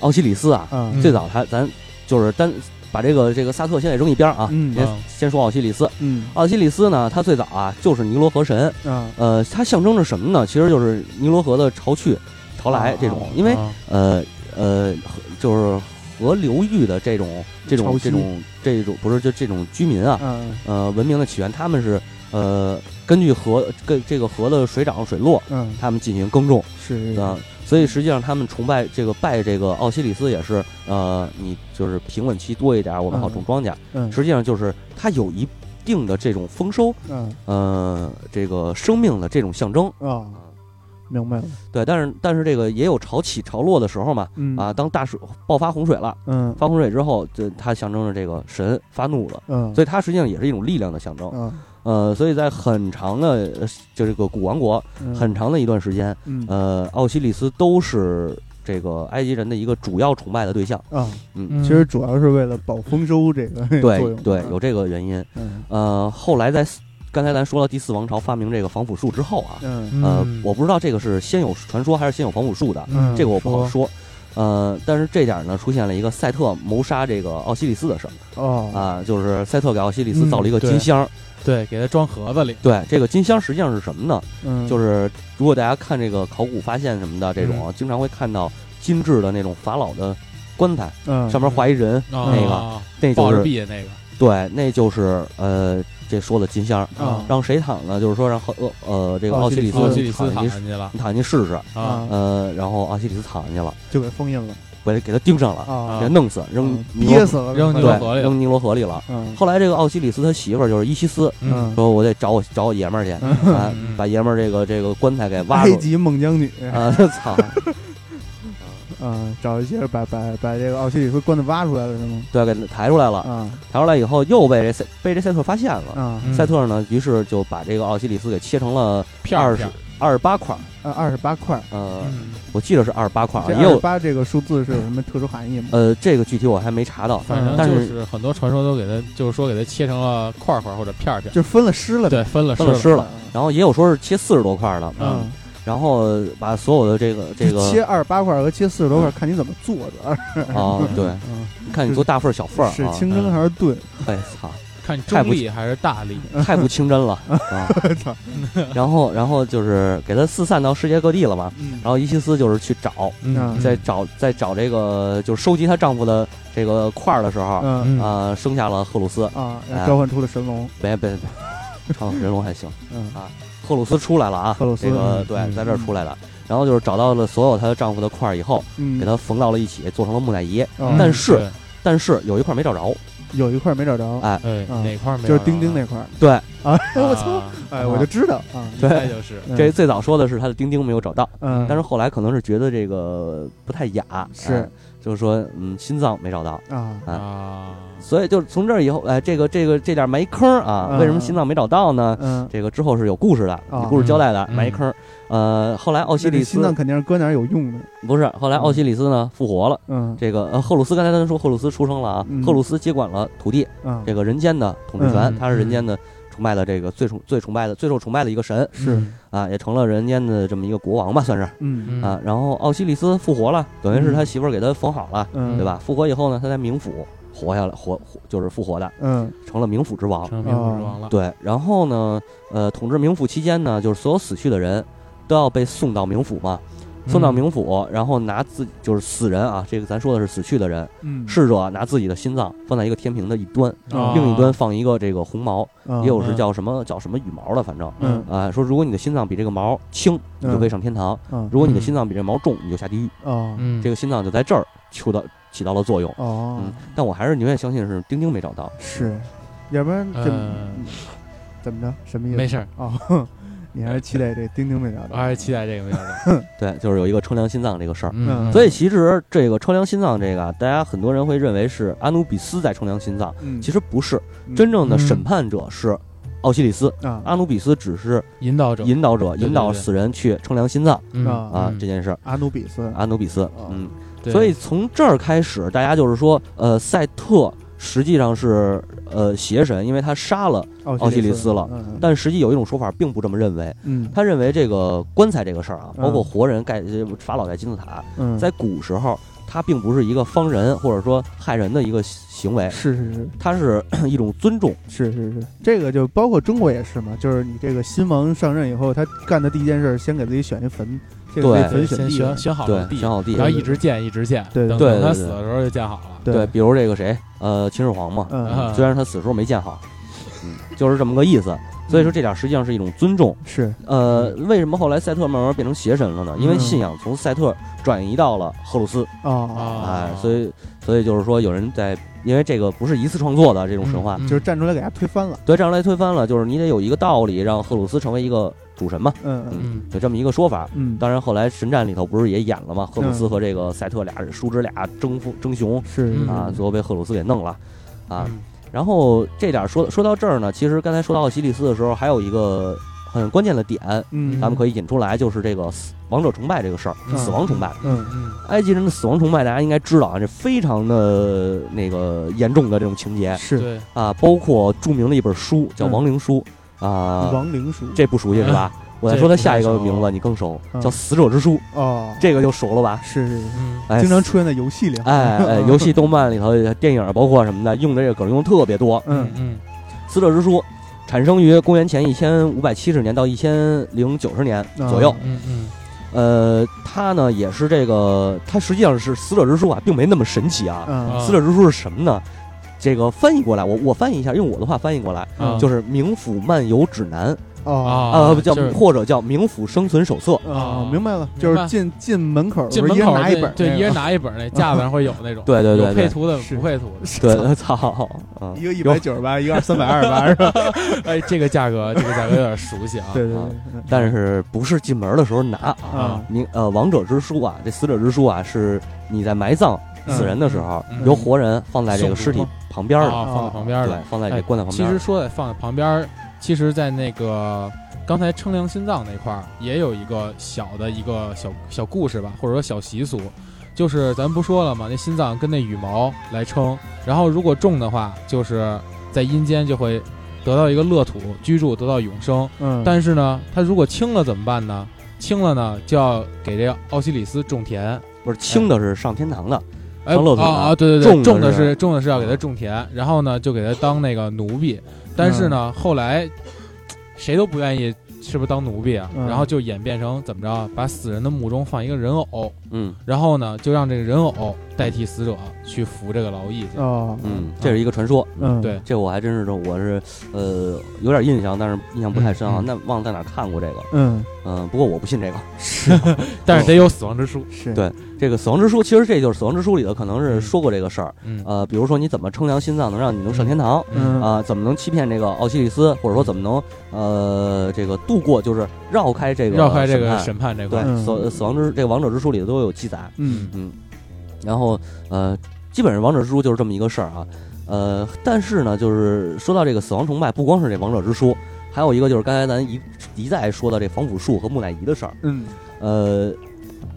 Speaker 2: 奥西里斯啊，
Speaker 1: 啊，
Speaker 3: 嗯
Speaker 2: 最早他咱就是单把这个这个萨特先给扔一边儿啊，
Speaker 1: 嗯
Speaker 2: 先
Speaker 3: 嗯
Speaker 2: 先说奥西里斯。
Speaker 1: 嗯
Speaker 2: 奥西里斯呢，他最早啊就是尼罗河神，
Speaker 1: 啊
Speaker 2: 呃，它象征着什么呢？其实就是尼罗河的潮去、潮来
Speaker 1: 啊
Speaker 2: 这种，因为
Speaker 3: 啊
Speaker 2: 呃呃，河就是河流域的这种这
Speaker 1: 潮
Speaker 2: 种
Speaker 1: 汐
Speaker 2: 这种这种不是就这种居民啊，
Speaker 1: 嗯
Speaker 2: 呃，文明的起源，他们是呃根据河跟这个河的水涨水落，
Speaker 1: 嗯，
Speaker 2: 他们进行耕种
Speaker 1: 是
Speaker 2: 啊、所以实际上他们崇拜这个拜这个奥西里斯也是呃，你就是平稳期多一点，我们好种庄稼。
Speaker 1: 嗯
Speaker 2: 实际上就是它有一定的这种丰收，
Speaker 1: 嗯
Speaker 2: 呃，这个生命的这种象征。
Speaker 1: 啊，明白了，
Speaker 2: 对，但是但是这个也有潮起潮落的时候嘛，
Speaker 1: 嗯
Speaker 2: 啊，当大水爆发洪水了，
Speaker 1: 嗯
Speaker 2: 发洪水之后，这它象征着这个神发怒了，
Speaker 1: 嗯，
Speaker 2: 所以它实际上也是一种力量的象征。
Speaker 1: 嗯
Speaker 2: 呃，所以在很长的呃就这个古王国
Speaker 1: 嗯
Speaker 2: 很长的一段时间，
Speaker 1: 嗯
Speaker 2: 呃，奥西里斯都是这个埃及人的一个主要崇拜的对象。
Speaker 1: 啊，
Speaker 3: 嗯
Speaker 1: 其实主要是为了保丰收这个作
Speaker 2: 对
Speaker 1: 用
Speaker 2: 对，有这个原因。
Speaker 1: 嗯
Speaker 2: 呃，后来在四刚才咱说了第四王朝发明这个防腐术之后啊，
Speaker 1: 嗯
Speaker 2: 呃
Speaker 3: 嗯，
Speaker 2: 我不知道这个是先有传说还是先有防腐术的，
Speaker 1: 嗯
Speaker 2: 这个我不好说。呃，但是这点儿呢，出现了一个赛特谋杀这个奥西里斯的事儿
Speaker 1: 哦
Speaker 2: 啊，就是赛特给奥西里斯造了一个
Speaker 3: 嗯对
Speaker 2: 金箱儿。
Speaker 3: 对，给它装盒子里。
Speaker 2: 对，这个金箱实际上是什么呢？
Speaker 1: 嗯
Speaker 2: 就是如果大家看这个考古发现什么的这种啊，经常会看到精致的那种法老的棺材，
Speaker 1: 嗯
Speaker 2: 上面画一人，
Speaker 3: 啊
Speaker 2: 那个那
Speaker 3: 抱
Speaker 2: 就
Speaker 3: 着
Speaker 2: 是
Speaker 3: 币的那个
Speaker 2: 对，那就是呃，这说的金箱，
Speaker 1: 啊
Speaker 2: 让谁躺呢？就是说让赫呃呃这个
Speaker 1: 奥
Speaker 2: 奥
Speaker 1: 西
Speaker 2: 西
Speaker 1: 里
Speaker 2: 里
Speaker 1: 斯
Speaker 2: 斯
Speaker 3: 奥西里斯
Speaker 2: 躺
Speaker 3: 躺
Speaker 2: 进
Speaker 3: 上啊去了
Speaker 2: 去躺进去试试，
Speaker 3: 啊，
Speaker 2: 呃，然后奥西里斯躺进去了，
Speaker 1: 嗯就给封印了
Speaker 2: 给给他盯上了，
Speaker 1: 啊
Speaker 2: 给他弄死，扔
Speaker 1: 嗯
Speaker 2: 尼罗
Speaker 1: 憋死了，
Speaker 3: 扔尼罗河里
Speaker 2: 对，
Speaker 3: 了
Speaker 2: 扔尼罗河里了。
Speaker 1: 嗯
Speaker 2: 后来这个奥西里斯他媳妇儿就是伊西斯，
Speaker 1: 嗯
Speaker 2: 说我得找我找我爷们儿去，啊
Speaker 3: 嗯，
Speaker 2: 把爷们儿这个这个棺材给挖
Speaker 1: 埃
Speaker 2: 出
Speaker 1: 及孟姜女
Speaker 2: 啊，操！
Speaker 1: 嗯，找一些把把把这个奥西里斯棺材挖出来了是吗？
Speaker 2: 对，给抬出来了，
Speaker 1: 啊
Speaker 2: 抬出来以后又被这赛被这赛特发现了。
Speaker 1: 啊
Speaker 3: 嗯
Speaker 2: 赛特呢，于是就把这个奥西里斯给切成了
Speaker 3: 片
Speaker 2: 二
Speaker 3: 儿
Speaker 2: 十
Speaker 3: 片儿
Speaker 2: 二十八块儿，
Speaker 1: 啊，二十八块，
Speaker 2: 呃，
Speaker 3: 嗯
Speaker 2: 我记得是二十八块儿，啊
Speaker 1: 这
Speaker 2: 也
Speaker 1: 二十
Speaker 2: 有
Speaker 1: 八这个数字是有什么特殊含义吗？
Speaker 2: 呃，这个具体我还没查到。
Speaker 3: 反正
Speaker 2: 嗯但
Speaker 3: 就是是很多传说都给它，就是说给它切成了块儿块儿或者片儿片儿，
Speaker 1: 就分了尸了呗，啊
Speaker 3: 对，分了
Speaker 2: 分了
Speaker 3: 吃
Speaker 2: 尸了，然后也有说是切四十多块儿的，
Speaker 1: 嗯，
Speaker 2: 然后把所有的这个这
Speaker 1: 切
Speaker 2: 个
Speaker 1: 二十八块和切四十多块，看你怎么做着，
Speaker 2: 啊，对，
Speaker 1: 嗯，
Speaker 2: 看你做大份儿小份儿
Speaker 1: 是
Speaker 2: 啊，
Speaker 1: 清蒸还是炖？
Speaker 2: 哎操，
Speaker 3: 看你
Speaker 2: 太
Speaker 3: 中
Speaker 2: 不
Speaker 3: 立还是大力，
Speaker 2: 太不清 真了啊！
Speaker 1: 操，
Speaker 2: 然后然后就是给它四散到世界各地了嘛，
Speaker 1: 嗯
Speaker 2: 然后伊西斯就是去找，
Speaker 1: 嗯
Speaker 2: 在找在找这个就是收集她丈夫的这个块儿的时候，啊、
Speaker 1: 嗯
Speaker 3: 啊，
Speaker 2: 生下了赫鲁斯，
Speaker 1: 啊，然后召唤出了神龙，
Speaker 2: 别别别，唱人龙还行，
Speaker 1: 嗯
Speaker 2: 赫鲁斯出来了啊，
Speaker 1: 赫鲁斯
Speaker 2: 这个
Speaker 3: 嗯
Speaker 2: 对，
Speaker 3: 嗯
Speaker 2: 在这儿出来的。然后就是找到了所有她丈夫的块儿以后，
Speaker 1: 嗯，
Speaker 2: 给她缝到了一起，做成了木乃伊。
Speaker 3: 嗯
Speaker 1: 哦，
Speaker 2: 但是但是有一块没找
Speaker 1: 嗯
Speaker 2: 着，
Speaker 1: 有一块没找着，
Speaker 2: 哎
Speaker 3: 对，
Speaker 1: 嗯
Speaker 3: 哪块儿没
Speaker 1: 就是
Speaker 3: 有啊
Speaker 1: 丁
Speaker 2: 啊
Speaker 1: 丁
Speaker 3: 了
Speaker 1: 那块儿，
Speaker 2: 对，
Speaker 1: 我操，
Speaker 3: 啊
Speaker 1: 哎，我就知道啊，
Speaker 2: 对
Speaker 3: 应该哎就是
Speaker 1: 嗯
Speaker 2: 这最早说的是她的丁丁没有找到，
Speaker 1: 嗯，
Speaker 2: 但是后来可能是觉得这个不太雅，
Speaker 1: 是
Speaker 2: 哎就是说嗯心脏没找到，
Speaker 1: 啊，
Speaker 2: 啊
Speaker 3: 啊，
Speaker 2: 所以就是从这儿以后，哎，这个这个这点埋坑儿啊，
Speaker 1: 嗯
Speaker 2: 为什么心脏没找到呢？
Speaker 1: 嗯
Speaker 2: 这个之后是有故事的，
Speaker 1: 哦
Speaker 2: 有故事交代的，
Speaker 3: 嗯
Speaker 2: 埋一坑儿。呃，后来奥西里
Speaker 1: 那心脏
Speaker 2: 斯
Speaker 1: 肯定是搁哪儿有用的，
Speaker 2: 不是，后来奥西里斯呢复活了。
Speaker 1: 嗯
Speaker 2: 这个呃，赫鲁斯刚才咱说赫鲁斯出生了啊，
Speaker 1: 嗯
Speaker 2: 赫鲁斯接管了土地，
Speaker 1: 啊，
Speaker 2: 这个人间的统治
Speaker 3: 嗯
Speaker 2: 权，
Speaker 3: 嗯
Speaker 2: 他是人间的崇拜的这个最崇最崇拜的最受崇拜的一个神
Speaker 1: 是，
Speaker 2: 啊，也成了人间的这么一个国王吧，算是
Speaker 1: 嗯
Speaker 3: 嗯
Speaker 2: 啊。然后奥西里斯复活了，等于是他媳妇儿给他缝好了，
Speaker 1: 嗯，
Speaker 2: 对吧？复活以后呢，他在冥府活下来，活活就是复活的，
Speaker 1: 嗯？
Speaker 2: 成了冥府之王。
Speaker 3: 啊成名不之王了。
Speaker 2: 对，然后呢，呃，统治冥府期间呢，就是所有死去的人都要被送到冥府嘛，
Speaker 1: 嗯
Speaker 2: 送到冥府，然后拿自己就是死人啊，这个咱说的是死去的人，
Speaker 1: 嗯嗯，
Speaker 2: 逝者拿自己的心脏放在一个天平的一端，
Speaker 1: 啊
Speaker 2: 另一端放一个这个红毛，
Speaker 1: 啊
Speaker 2: 也有是
Speaker 3: 嗯
Speaker 2: 叫什么叫什么羽毛的，反正。
Speaker 1: 嗯
Speaker 2: 啊、说如果你的心脏比这个毛轻，你就可以上天堂；
Speaker 1: 嗯
Speaker 2: 如果你的
Speaker 3: 嗯
Speaker 2: 心脏比这毛重，你就下地狱。
Speaker 1: 哦
Speaker 3: 嗯，
Speaker 2: 这
Speaker 3: 个
Speaker 2: 个心脏就在这儿起到起到了作用。
Speaker 1: 哦
Speaker 2: 嗯，但我还是宁愿相信是丁丁没找到。
Speaker 1: 是，要不然这
Speaker 3: 呃
Speaker 1: 怎么着？什么意思？
Speaker 3: 没事儿，
Speaker 1: 哦， 你还是期待这丁丁没找
Speaker 3: 我
Speaker 1: 到
Speaker 3: 还是期待这个没 找到。
Speaker 2: 对，就是有一个称量心脏这个事儿。
Speaker 1: 嗯
Speaker 2: 所以其实这个称量心脏这个啊，大家很多人会认为是阿努比斯在称量心脏，
Speaker 1: 嗯，
Speaker 2: 其
Speaker 1: 实
Speaker 2: 实不是，真正的
Speaker 3: 嗯
Speaker 2: 审判者是奥西里斯，
Speaker 1: 啊
Speaker 2: 阿努比斯只是
Speaker 3: 引导者
Speaker 2: 引导者，
Speaker 3: 对对
Speaker 2: 引导死人去称量心脏
Speaker 3: 嗯
Speaker 1: 啊
Speaker 2: 啊
Speaker 3: 嗯啊
Speaker 2: 这件事儿。
Speaker 1: 阿努比斯，
Speaker 2: 阿努比斯
Speaker 1: 哦，
Speaker 2: 嗯，
Speaker 3: 对
Speaker 2: 所以从这儿开始，大家就是说，呃，赛特实际上是呃邪神，因为他杀了，
Speaker 1: 奥
Speaker 2: 西里斯了
Speaker 1: 嗯
Speaker 2: 但实际有一种说法并不这么认为，
Speaker 1: 嗯，
Speaker 2: 他认为这个棺材这个事儿啊，
Speaker 1: 嗯
Speaker 2: 包括活人盖呃法老盖金字塔，
Speaker 1: 嗯
Speaker 2: 在古时候，它并不是一个方人或者说害人的一个行为，
Speaker 1: 是是是
Speaker 2: 它是 一种尊重。
Speaker 1: 是是是，这个就包括中国也是嘛，就是你这个新王上任以后，他干的第一件事，先给自己选一坟，这个
Speaker 2: 对
Speaker 1: 坟选
Speaker 3: 先
Speaker 1: 地
Speaker 3: 选选好了
Speaker 2: 对，
Speaker 3: 地，
Speaker 2: 选好地
Speaker 3: 然。后一直建一直建，
Speaker 1: 对
Speaker 3: 等
Speaker 2: 对
Speaker 3: 等他
Speaker 2: 对
Speaker 3: 死的时候就建好了。
Speaker 1: 对，
Speaker 2: 比如这个谁，呃，秦始皇嘛，
Speaker 1: 嗯，
Speaker 3: 啊
Speaker 2: 虽然他死的时候没建好，嗯，就是这么个意思。所以说这点实际上是一种尊重。
Speaker 1: 是
Speaker 2: 呃，为什么后来赛特慢慢变成邪神了呢？
Speaker 3: 嗯
Speaker 2: 因为信仰从赛特转移到了赫鲁斯，
Speaker 1: 啊，
Speaker 3: 啊
Speaker 2: 哎，所以所以就是说有人在，因为这个不是一次创作的这种神话，
Speaker 3: 嗯嗯
Speaker 1: 就是站出来给他推翻了，
Speaker 2: 对，这样来推翻了，就是你得有一个道理让赫鲁斯成为一个主神嘛，
Speaker 1: 嗯
Speaker 3: 嗯
Speaker 2: 有这么一个说法。
Speaker 1: 嗯，
Speaker 2: 当然，后来《神战》里头不是也演了吗？赫鲁斯
Speaker 1: 嗯
Speaker 2: 和这个赛特俩人叔侄俩争锋争雄
Speaker 1: 是是
Speaker 2: 啊，
Speaker 1: 是
Speaker 2: 最后被赫鲁斯给弄了啊。
Speaker 3: 嗯
Speaker 2: 然后这点说说到这儿呢，其实刚才说到奥西里斯的时候，还有一个很关键的点，
Speaker 1: 嗯，
Speaker 2: 咱们可以引出来，就是这个死亡者崇拜这个事儿，
Speaker 1: 嗯
Speaker 2: 死亡崇拜。
Speaker 1: 嗯
Speaker 3: 嗯
Speaker 2: 埃及人的死亡崇拜，大家应该知道啊，这非常的那个严重的这种情节
Speaker 1: 是
Speaker 3: 对
Speaker 2: 啊，包括著名的一本书叫《
Speaker 1: 嗯
Speaker 2: 亡灵书》啊，
Speaker 1: 亡灵书
Speaker 2: 这不熟悉是吧？我再
Speaker 3: 这
Speaker 2: 说它
Speaker 3: 不太
Speaker 2: 下一个
Speaker 3: 熟
Speaker 2: 名字，你更熟，
Speaker 1: 嗯
Speaker 2: 叫《死者之书》。
Speaker 1: 哦，
Speaker 2: 这个就熟了吧？
Speaker 1: 是是是，
Speaker 3: 嗯
Speaker 2: 哎，
Speaker 1: 经常出现在游戏里，啊
Speaker 2: 哎哎，游戏、动漫里头、电影包括什么的，用的这个梗用得特别多。
Speaker 1: 嗯
Speaker 3: 嗯
Speaker 2: 《死者之书》产生于公元前一千五百七十年到一千零九十年左右。
Speaker 3: 嗯嗯
Speaker 2: 呃，它呢也是这个，它实际上是《死者之书》啊，并没那么神奇啊。
Speaker 1: 嗯
Speaker 2: 死者之书》是什么呢？这个翻译过来，我我翻译一下，用我的话翻译过来，
Speaker 3: 嗯
Speaker 2: 就是《冥府漫游指南》
Speaker 1: 哦
Speaker 2: 啊，
Speaker 3: 啊
Speaker 2: 不叫
Speaker 3: 就是
Speaker 2: 或者叫《冥府生存手册》。
Speaker 1: 哦，明白了，就是进进门口，
Speaker 3: 进门
Speaker 1: 一人
Speaker 3: 口
Speaker 1: 拿一
Speaker 3: 那
Speaker 1: 本，啊
Speaker 3: 对，一人拿一本，那架子上会有那种，
Speaker 2: 对对对
Speaker 3: 有配
Speaker 2: 对
Speaker 3: 图的
Speaker 1: 是
Speaker 3: 不配图
Speaker 2: 对，操，嗯
Speaker 1: 一个一百九十八，一个三百二十八，是 吧？
Speaker 3: 的，哎，这个价格，这个价格有点熟悉啊。
Speaker 1: 对对
Speaker 2: 啊
Speaker 1: 对，
Speaker 2: 但是不是进门的时候拿啊
Speaker 1: 啊？
Speaker 2: 你呃，王者之书啊，这死者之书啊，是你在埋葬死人的时候
Speaker 3: 嗯，嗯
Speaker 2: 由活人放在这个尸体旁边的，
Speaker 3: 啊，放在旁边
Speaker 2: 对
Speaker 3: 的。，
Speaker 2: 放在这棺材旁
Speaker 3: 其
Speaker 2: 边
Speaker 3: 实
Speaker 2: 儿。
Speaker 3: 说在放在旁边儿，其实，在那个刚才称量心脏那块儿，也有一个小的一个小小故事吧，或者说小习俗，就是咱不说了嘛，那心脏跟那羽毛来称，然后如果重的话，就是在阴间就会得到一个乐土居住，得到永生。
Speaker 1: 嗯，
Speaker 3: 但是呢，它如果轻了怎么办呢？轻了呢，就要给这个奥西里斯种田。
Speaker 2: 不是轻的是上天堂的，
Speaker 3: 哎，
Speaker 2: 当乐土
Speaker 3: 啊
Speaker 2: 的
Speaker 3: 啊，对对对，
Speaker 2: 种
Speaker 3: 种
Speaker 2: 的
Speaker 3: 的
Speaker 2: 是嗯
Speaker 3: 是种的是要给他种田，然后呢就给他当那个奴婢，但是
Speaker 2: 嗯
Speaker 3: 呢、后来谁都不愿意是不是当奴婢啊，
Speaker 1: 嗯
Speaker 3: 然后就演变成怎么着，把死人的墓中放一个人偶，
Speaker 2: 嗯
Speaker 3: 然后呢就让这个人偶代替死者去服这个劳役去。
Speaker 1: 哦，
Speaker 2: 嗯，这是一个传说。
Speaker 1: 嗯，
Speaker 3: 对，
Speaker 2: 这我还真是我是呃有点印象，但是印象不太深啊。
Speaker 3: 嗯嗯
Speaker 2: 那忘了在哪儿看过这个了，
Speaker 1: 嗯，
Speaker 2: 嗯，不过我不信这个。
Speaker 3: 但是得有死亡之
Speaker 2: 哦
Speaker 3: 书。
Speaker 1: 是，
Speaker 2: 对这个死亡之书，其实这就是死亡之书里头可能是
Speaker 3: 嗯
Speaker 2: 说过这个事儿。
Speaker 3: 嗯
Speaker 2: 呃，比如说你怎么称量心脏，能让你能上天堂？
Speaker 1: 嗯
Speaker 2: 啊、怎么能欺骗这个奥西里斯，或者说怎么能呃这个度过，就是绕开这个
Speaker 3: 绕开这个
Speaker 2: 审
Speaker 3: 审判这
Speaker 2: 判
Speaker 3: 块儿。
Speaker 2: 对
Speaker 1: 嗯
Speaker 2: 死死亡之这个王者之书里头都有记载，
Speaker 1: 嗯
Speaker 2: 嗯，然后呃基本上王者之书就是这么一个事儿啊，呃但是呢就是说到这个死亡崇拜，不光是这王者之书，还有一个就是刚才咱一一再说到这防腐术和木乃伊的事儿，
Speaker 1: 嗯
Speaker 2: 呃，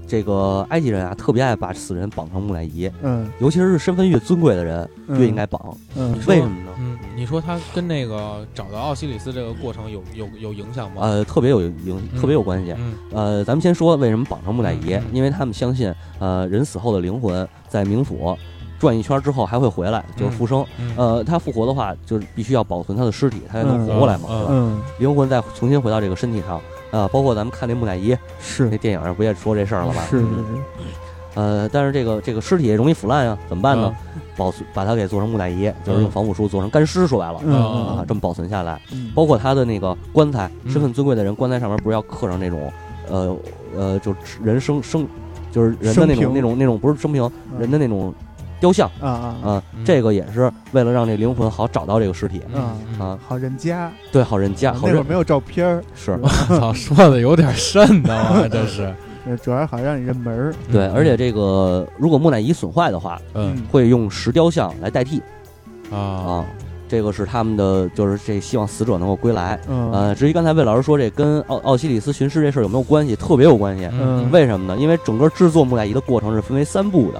Speaker 2: 这个埃及人啊特别爱把死人绑成木乃伊，
Speaker 1: 嗯，
Speaker 2: 尤其是身份越尊贵的人
Speaker 1: 嗯
Speaker 2: 越应该绑，
Speaker 1: 嗯
Speaker 2: 为什么呢？
Speaker 3: 嗯，你说他跟那个找到奥西里斯这个过程有有有影响吗？
Speaker 2: 呃，特别有影，特别有关系。
Speaker 3: 嗯
Speaker 2: 呃，咱们先说为什么绑上木乃伊
Speaker 3: 嗯，
Speaker 2: 因为他们相信，呃，人死后的灵魂在冥府转一圈之后还会回来，就是复生。
Speaker 3: 嗯
Speaker 2: 呃，他复活的话，就是必须要保存他的尸体，他才能活过来嘛，
Speaker 3: 嗯
Speaker 2: 对吧？
Speaker 1: 嗯
Speaker 2: 灵魂再重新回到这个身体上。呃，包括咱们看那木乃伊
Speaker 1: 是
Speaker 2: 那电影上不也说这事儿了吗？
Speaker 1: 是是
Speaker 2: 嗯呃，但是这个这个尸体容易腐烂啊，怎么办呢？保存把它给做成木乃伊，就是用
Speaker 3: 嗯
Speaker 2: 防腐术做成干尸，说白了
Speaker 1: 嗯
Speaker 2: 啊，
Speaker 1: 嗯
Speaker 2: 这么保存下来。
Speaker 1: 嗯
Speaker 2: 包括他的那个棺材，
Speaker 3: 嗯
Speaker 2: 身份尊贵的人棺材上面不是要刻上那种，呃呃，就是人生生，就是人的那
Speaker 1: 生平嗯
Speaker 2: 种那种那种不是生平，人的那种雕像
Speaker 1: 啊啊
Speaker 2: 啊
Speaker 3: 嗯，
Speaker 2: 这个也是为了让这灵魂好找到这个尸体
Speaker 1: 嗯
Speaker 2: 啊，
Speaker 1: 好人家
Speaker 2: 对，好人家好
Speaker 1: 那会儿嗯
Speaker 2: 人
Speaker 1: 没有照片儿，
Speaker 2: 是
Speaker 3: 操，说的有点瘆得慌，啊这是
Speaker 1: 呃主要是好让你认门儿。
Speaker 2: 对，而且这个如果木乃伊损坏的话，
Speaker 3: 嗯
Speaker 2: 会用石雕像来代替
Speaker 3: 啊
Speaker 2: 啊，
Speaker 1: 嗯
Speaker 2: 这个是他们的就是这希望死者能够归来。
Speaker 1: 嗯
Speaker 2: 呃，至于刚才魏老师说这跟奥奥西里斯寻尸这事儿有没有关系，特别有关系。
Speaker 1: 嗯
Speaker 2: 为什么呢？因为整个制作木乃伊的过程是分为三步的。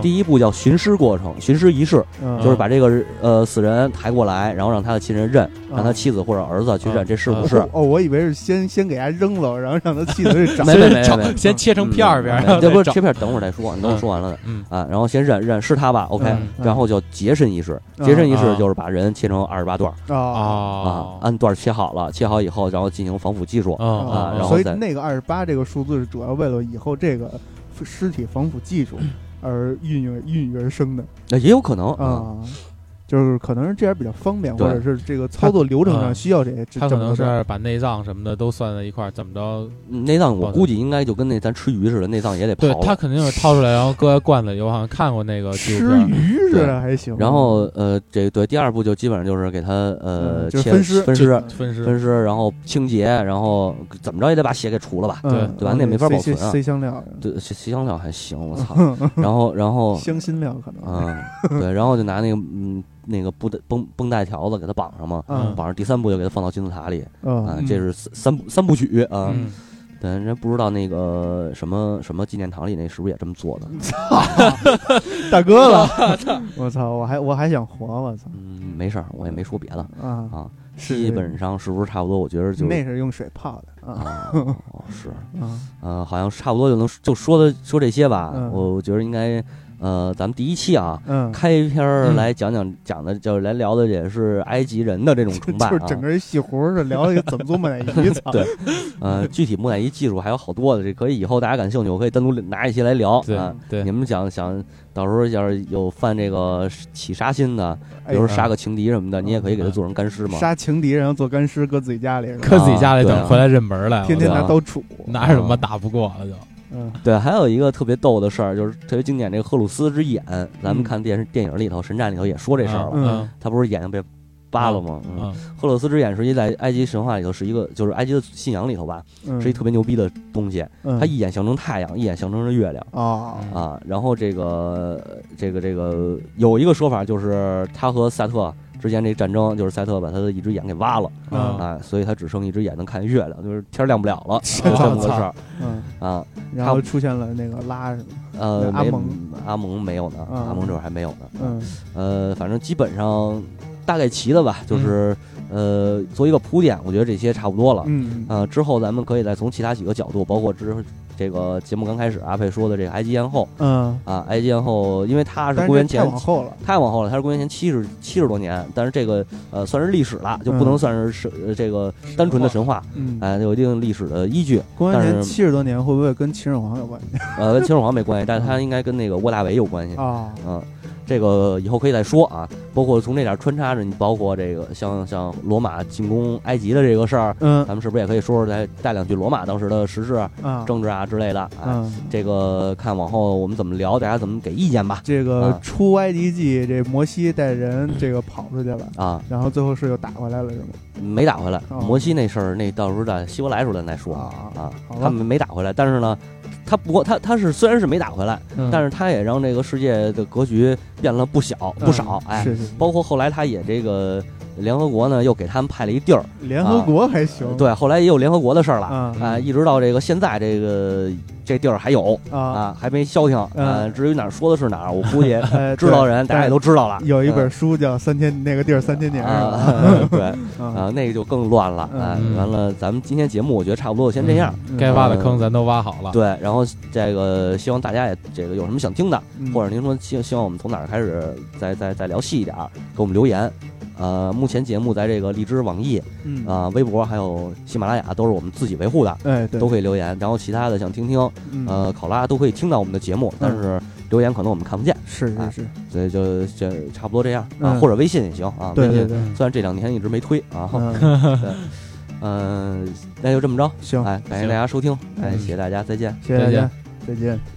Speaker 1: 嗯
Speaker 2: 第一步叫寻尸过程，寻尸仪式
Speaker 1: 嗯
Speaker 2: 就是把这个呃死人抬过来，然后让他的亲人认，让他妻子或者儿子去认
Speaker 3: 嗯
Speaker 2: 这是不
Speaker 3: 嗯
Speaker 2: 是。
Speaker 1: 哦，我以为是先先给他扔了，然后让他气得去找。
Speaker 2: 没没没没没，
Speaker 3: 先切成片儿片
Speaker 2: 嗯
Speaker 3: 儿，
Speaker 2: 这不是切片儿，等会儿再说，你等我说完了
Speaker 3: 嗯
Speaker 2: 啊，然后先认认是他吧，OK，
Speaker 3: 嗯
Speaker 1: 嗯
Speaker 2: 然后叫结肾仪式，
Speaker 1: 嗯
Speaker 2: 结肾仪式就是把人切成二十八段儿
Speaker 1: 啊
Speaker 2: 啊
Speaker 3: 啊，
Speaker 2: 按段儿切好了，切好以后，然后进行防腐技术，
Speaker 3: 啊
Speaker 2: 然后
Speaker 1: 所以
Speaker 2: 再
Speaker 1: 那个二十八这个数字是主要为了以后这个尸体防腐技术而孕育孕育而生的
Speaker 2: 那也有可能
Speaker 3: 嗯
Speaker 2: 啊，
Speaker 1: 啊。就是可能是这样比较方便，
Speaker 2: 对
Speaker 1: 或者是这个操作流程上
Speaker 3: 嗯
Speaker 1: 需要这些这
Speaker 3: 他可
Speaker 1: 这么
Speaker 3: 能
Speaker 1: 多的
Speaker 3: 是把内脏什么的都算在一块儿，怎么着？
Speaker 2: 内脏嗯我估计应该就跟那咱吃鱼似的，内脏也得
Speaker 3: 对
Speaker 2: 刨
Speaker 3: 他
Speaker 2: 了。
Speaker 3: 肯定是掏出来，然后搁在罐子里。我好像看过那个纪录
Speaker 1: 吃
Speaker 3: 片，
Speaker 1: 鱼似的还行。
Speaker 2: 然后呃，这对第二步就基本上就是给他呃
Speaker 1: 嗯就是
Speaker 2: 切
Speaker 1: 分尸
Speaker 2: 分尸
Speaker 3: 分尸
Speaker 2: 分尸，然后清洁，然后怎么着也得把血给除了吧？
Speaker 3: 对
Speaker 1: 嗯
Speaker 2: 对吧那没法保存啊
Speaker 1: 塞塞香料，
Speaker 2: 对，这这香料还行，我操。
Speaker 1: 嗯
Speaker 2: 然后然后
Speaker 1: 香辛料可能。
Speaker 2: 哦啊，对，然后就拿那个嗯那个布带绷绷带条子给它绑上嘛，
Speaker 1: 嗯
Speaker 2: 绑上第三步就给它放到金字塔里啊
Speaker 1: 嗯，
Speaker 2: 这是三三部三部曲啊。
Speaker 3: 嗯，
Speaker 2: 对，人家不知道那个什么什么纪念堂里那是不是也这么做的？
Speaker 1: 大哥了， 我操，我还我还想活，我操
Speaker 2: 嗯，没事儿，我也没说别的
Speaker 1: 啊！
Speaker 2: 啊，
Speaker 1: 是
Speaker 2: 基本上是不是差不多？我觉得就
Speaker 1: 那是用水泡的啊
Speaker 2: 啊，哦是，
Speaker 1: 啊，
Speaker 2: 呃，好像差不多就能就说的说这些吧。
Speaker 1: 嗯
Speaker 2: 我我觉得应该，呃，咱们第一期啊，
Speaker 1: 嗯，
Speaker 2: 开篇儿
Speaker 3: 嗯
Speaker 2: 来讲讲讲的，就是来聊的也是埃及人的这种崇 拜
Speaker 1: 就是
Speaker 2: 啊。
Speaker 1: 整个一细胡儿是聊一个怎么做木乃伊，操，
Speaker 2: 对 呃，具体木乃伊技术还有好多的，这可以以后大家感兴趣，我可以单独拿一些来聊
Speaker 3: 对
Speaker 2: 啊。
Speaker 3: 对
Speaker 2: 你，们想想，到时候要是有犯这个起杀心的，
Speaker 1: 哎
Speaker 2: 比如说杀个情敌什么的，你也可以给他
Speaker 3: 嗯
Speaker 2: 做成干尸嘛。
Speaker 1: 杀情敌，然后做干尸，搁自己家里是吧，
Speaker 3: 搁自己家里
Speaker 2: 啊对啊
Speaker 3: 等回来认门儿来，
Speaker 1: 天天
Speaker 3: 我
Speaker 1: 拿
Speaker 2: 对啊
Speaker 1: 刀杵，
Speaker 3: 就拿什么打不过了就。
Speaker 1: 嗯
Speaker 2: 对，还有一个特别逗的事儿，就是特别经典，这个赫鲁斯之眼，咱
Speaker 1: 嗯
Speaker 2: 们看电视电影里头，《神战》里头也说这事儿了，
Speaker 3: 嗯
Speaker 2: 他不是眼睛被扒了吗？嗯，
Speaker 3: 嗯
Speaker 2: 赫鲁斯之眼是一在埃及神话里头是一个，就是埃及的信仰里头吧，
Speaker 1: 嗯，
Speaker 2: 是一特别牛逼的东西。
Speaker 1: 嗯
Speaker 2: 它一眼象征太阳，一眼象征着月亮
Speaker 1: 啊
Speaker 3: 嗯
Speaker 2: 啊。然后这个这个这个有一个说法就是他和赛特之间这战争，就是赛特把他的一只眼给挖了
Speaker 1: 嗯
Speaker 2: 啊，所以他只剩一只眼能看月亮，就是天儿亮不了 了，就
Speaker 1: 我
Speaker 2: 这么个事儿
Speaker 1: 嗯，
Speaker 2: 啊。
Speaker 1: 然后出现了那个拉什么，
Speaker 2: 呃，
Speaker 1: 阿
Speaker 2: 没
Speaker 1: 蒙
Speaker 2: 阿蒙没有呢，
Speaker 1: 嗯
Speaker 2: 阿蒙这会儿还没有呢。
Speaker 1: 嗯
Speaker 2: 呃，反正基本上大概齐的吧，就是呃做一个铺垫，我觉得这些差不多了。
Speaker 1: 嗯
Speaker 2: 呃，之后咱们可以再从其他几个角度，包括之这个节目刚开始阿佩说的这个埃及艳后
Speaker 1: 嗯，
Speaker 2: 啊，埃及艳后，因为她是
Speaker 1: 但
Speaker 2: 公元
Speaker 1: 是这太
Speaker 2: 前
Speaker 1: 往后了，
Speaker 2: 太往后了，她是公元前七十七十多年，但是这个呃算是历史了，就不能
Speaker 1: 嗯
Speaker 2: 算是是、呃这个单纯的神话，
Speaker 1: 嗯，
Speaker 2: 哎、有一定历史的依据。
Speaker 1: 公元
Speaker 2: 但
Speaker 1: 前
Speaker 2: 是
Speaker 1: 七十多年会不会跟秦始皇有关系
Speaker 2: 呃，跟秦始皇没关系，但
Speaker 1: 嗯
Speaker 2: 是它应该跟那个沃大维有关系。
Speaker 1: 啊？
Speaker 2: 嗯，这个以后可以再说啊，包括从这点穿插着，你包括这个像像罗马进攻埃及的这个事儿，
Speaker 1: 嗯
Speaker 2: 咱们是不是也可以说说再带两句罗马当时的时事啊、
Speaker 1: 啊，
Speaker 2: 政治啊之类的？啊，
Speaker 1: 嗯。
Speaker 2: 这个看往后我们怎么聊，大家怎么给意见吧。
Speaker 1: 这个
Speaker 2: 啊
Speaker 1: 出埃及记，这摩西带人这个跑出去了，
Speaker 2: 啊，
Speaker 1: 然后最后是又打回来了，是吗？
Speaker 2: 没打回来，
Speaker 1: 哦
Speaker 2: 摩西那事儿那到时候在希伯来时候咱再说
Speaker 1: 啊
Speaker 2: 啊
Speaker 1: 好。吧
Speaker 2: 他们没打回来，但是呢，他不过他他是虽然是没打回来，
Speaker 3: 嗯
Speaker 2: 但是他也让这个世界的格局变了不小不少，哎，
Speaker 1: 嗯是是，
Speaker 2: 包括后来他也这个联合国呢又给他们派了一地儿，
Speaker 1: 联合国还行，
Speaker 2: 啊对，后来也有联合国的事儿了
Speaker 1: 啊
Speaker 2: 啊，一直到这个现在这个这地儿还有
Speaker 1: 啊，
Speaker 2: 啊，还没消停啊。
Speaker 1: 嗯
Speaker 2: 至于哪儿说的是哪儿，我 估计
Speaker 1: 呃
Speaker 2: 知道人大家也都知道了嗯
Speaker 1: 对。有一本书叫《三千那个地儿三千年》
Speaker 2: 啊，对
Speaker 1: 啊，
Speaker 2: 啊，那个就更乱了啊
Speaker 3: 嗯。
Speaker 2: 完了，咱们今天节目我觉得差不多，就先这样。
Speaker 1: 嗯
Speaker 3: 该挖的坑咱都挖好了。
Speaker 2: 对，然后这个希望大家也这个有什么想听的，
Speaker 1: 嗯
Speaker 2: 或者您说希希望我们从哪儿开始再再再聊细一点儿，给我们留言。呃，目前节目在这个荔枝、网易
Speaker 1: 嗯
Speaker 2: 啊、微博还有喜马拉雅都是我们自己维护的，
Speaker 1: 哎对
Speaker 2: 都可以留言。然后其他的想听听
Speaker 1: 嗯
Speaker 2: 呃考拉都可以听到我们的节目，但是留言可能我们看不见，
Speaker 1: 是是
Speaker 2: 啊
Speaker 1: 是，
Speaker 2: 所以就就差不多这样啊，
Speaker 1: 嗯
Speaker 2: 或者微信也行啊。
Speaker 1: 对
Speaker 2: 微
Speaker 1: 对
Speaker 2: 信
Speaker 1: 对，
Speaker 2: 虽然这两天一直没推啊，
Speaker 1: 嗯
Speaker 2: 嗯、那就这么着。
Speaker 1: 行，
Speaker 2: 哎，感谢大家收听，哎，
Speaker 3: 嗯
Speaker 2: 谢谢大家，再见。
Speaker 1: 谢谢大
Speaker 3: 再见
Speaker 1: 家，再见。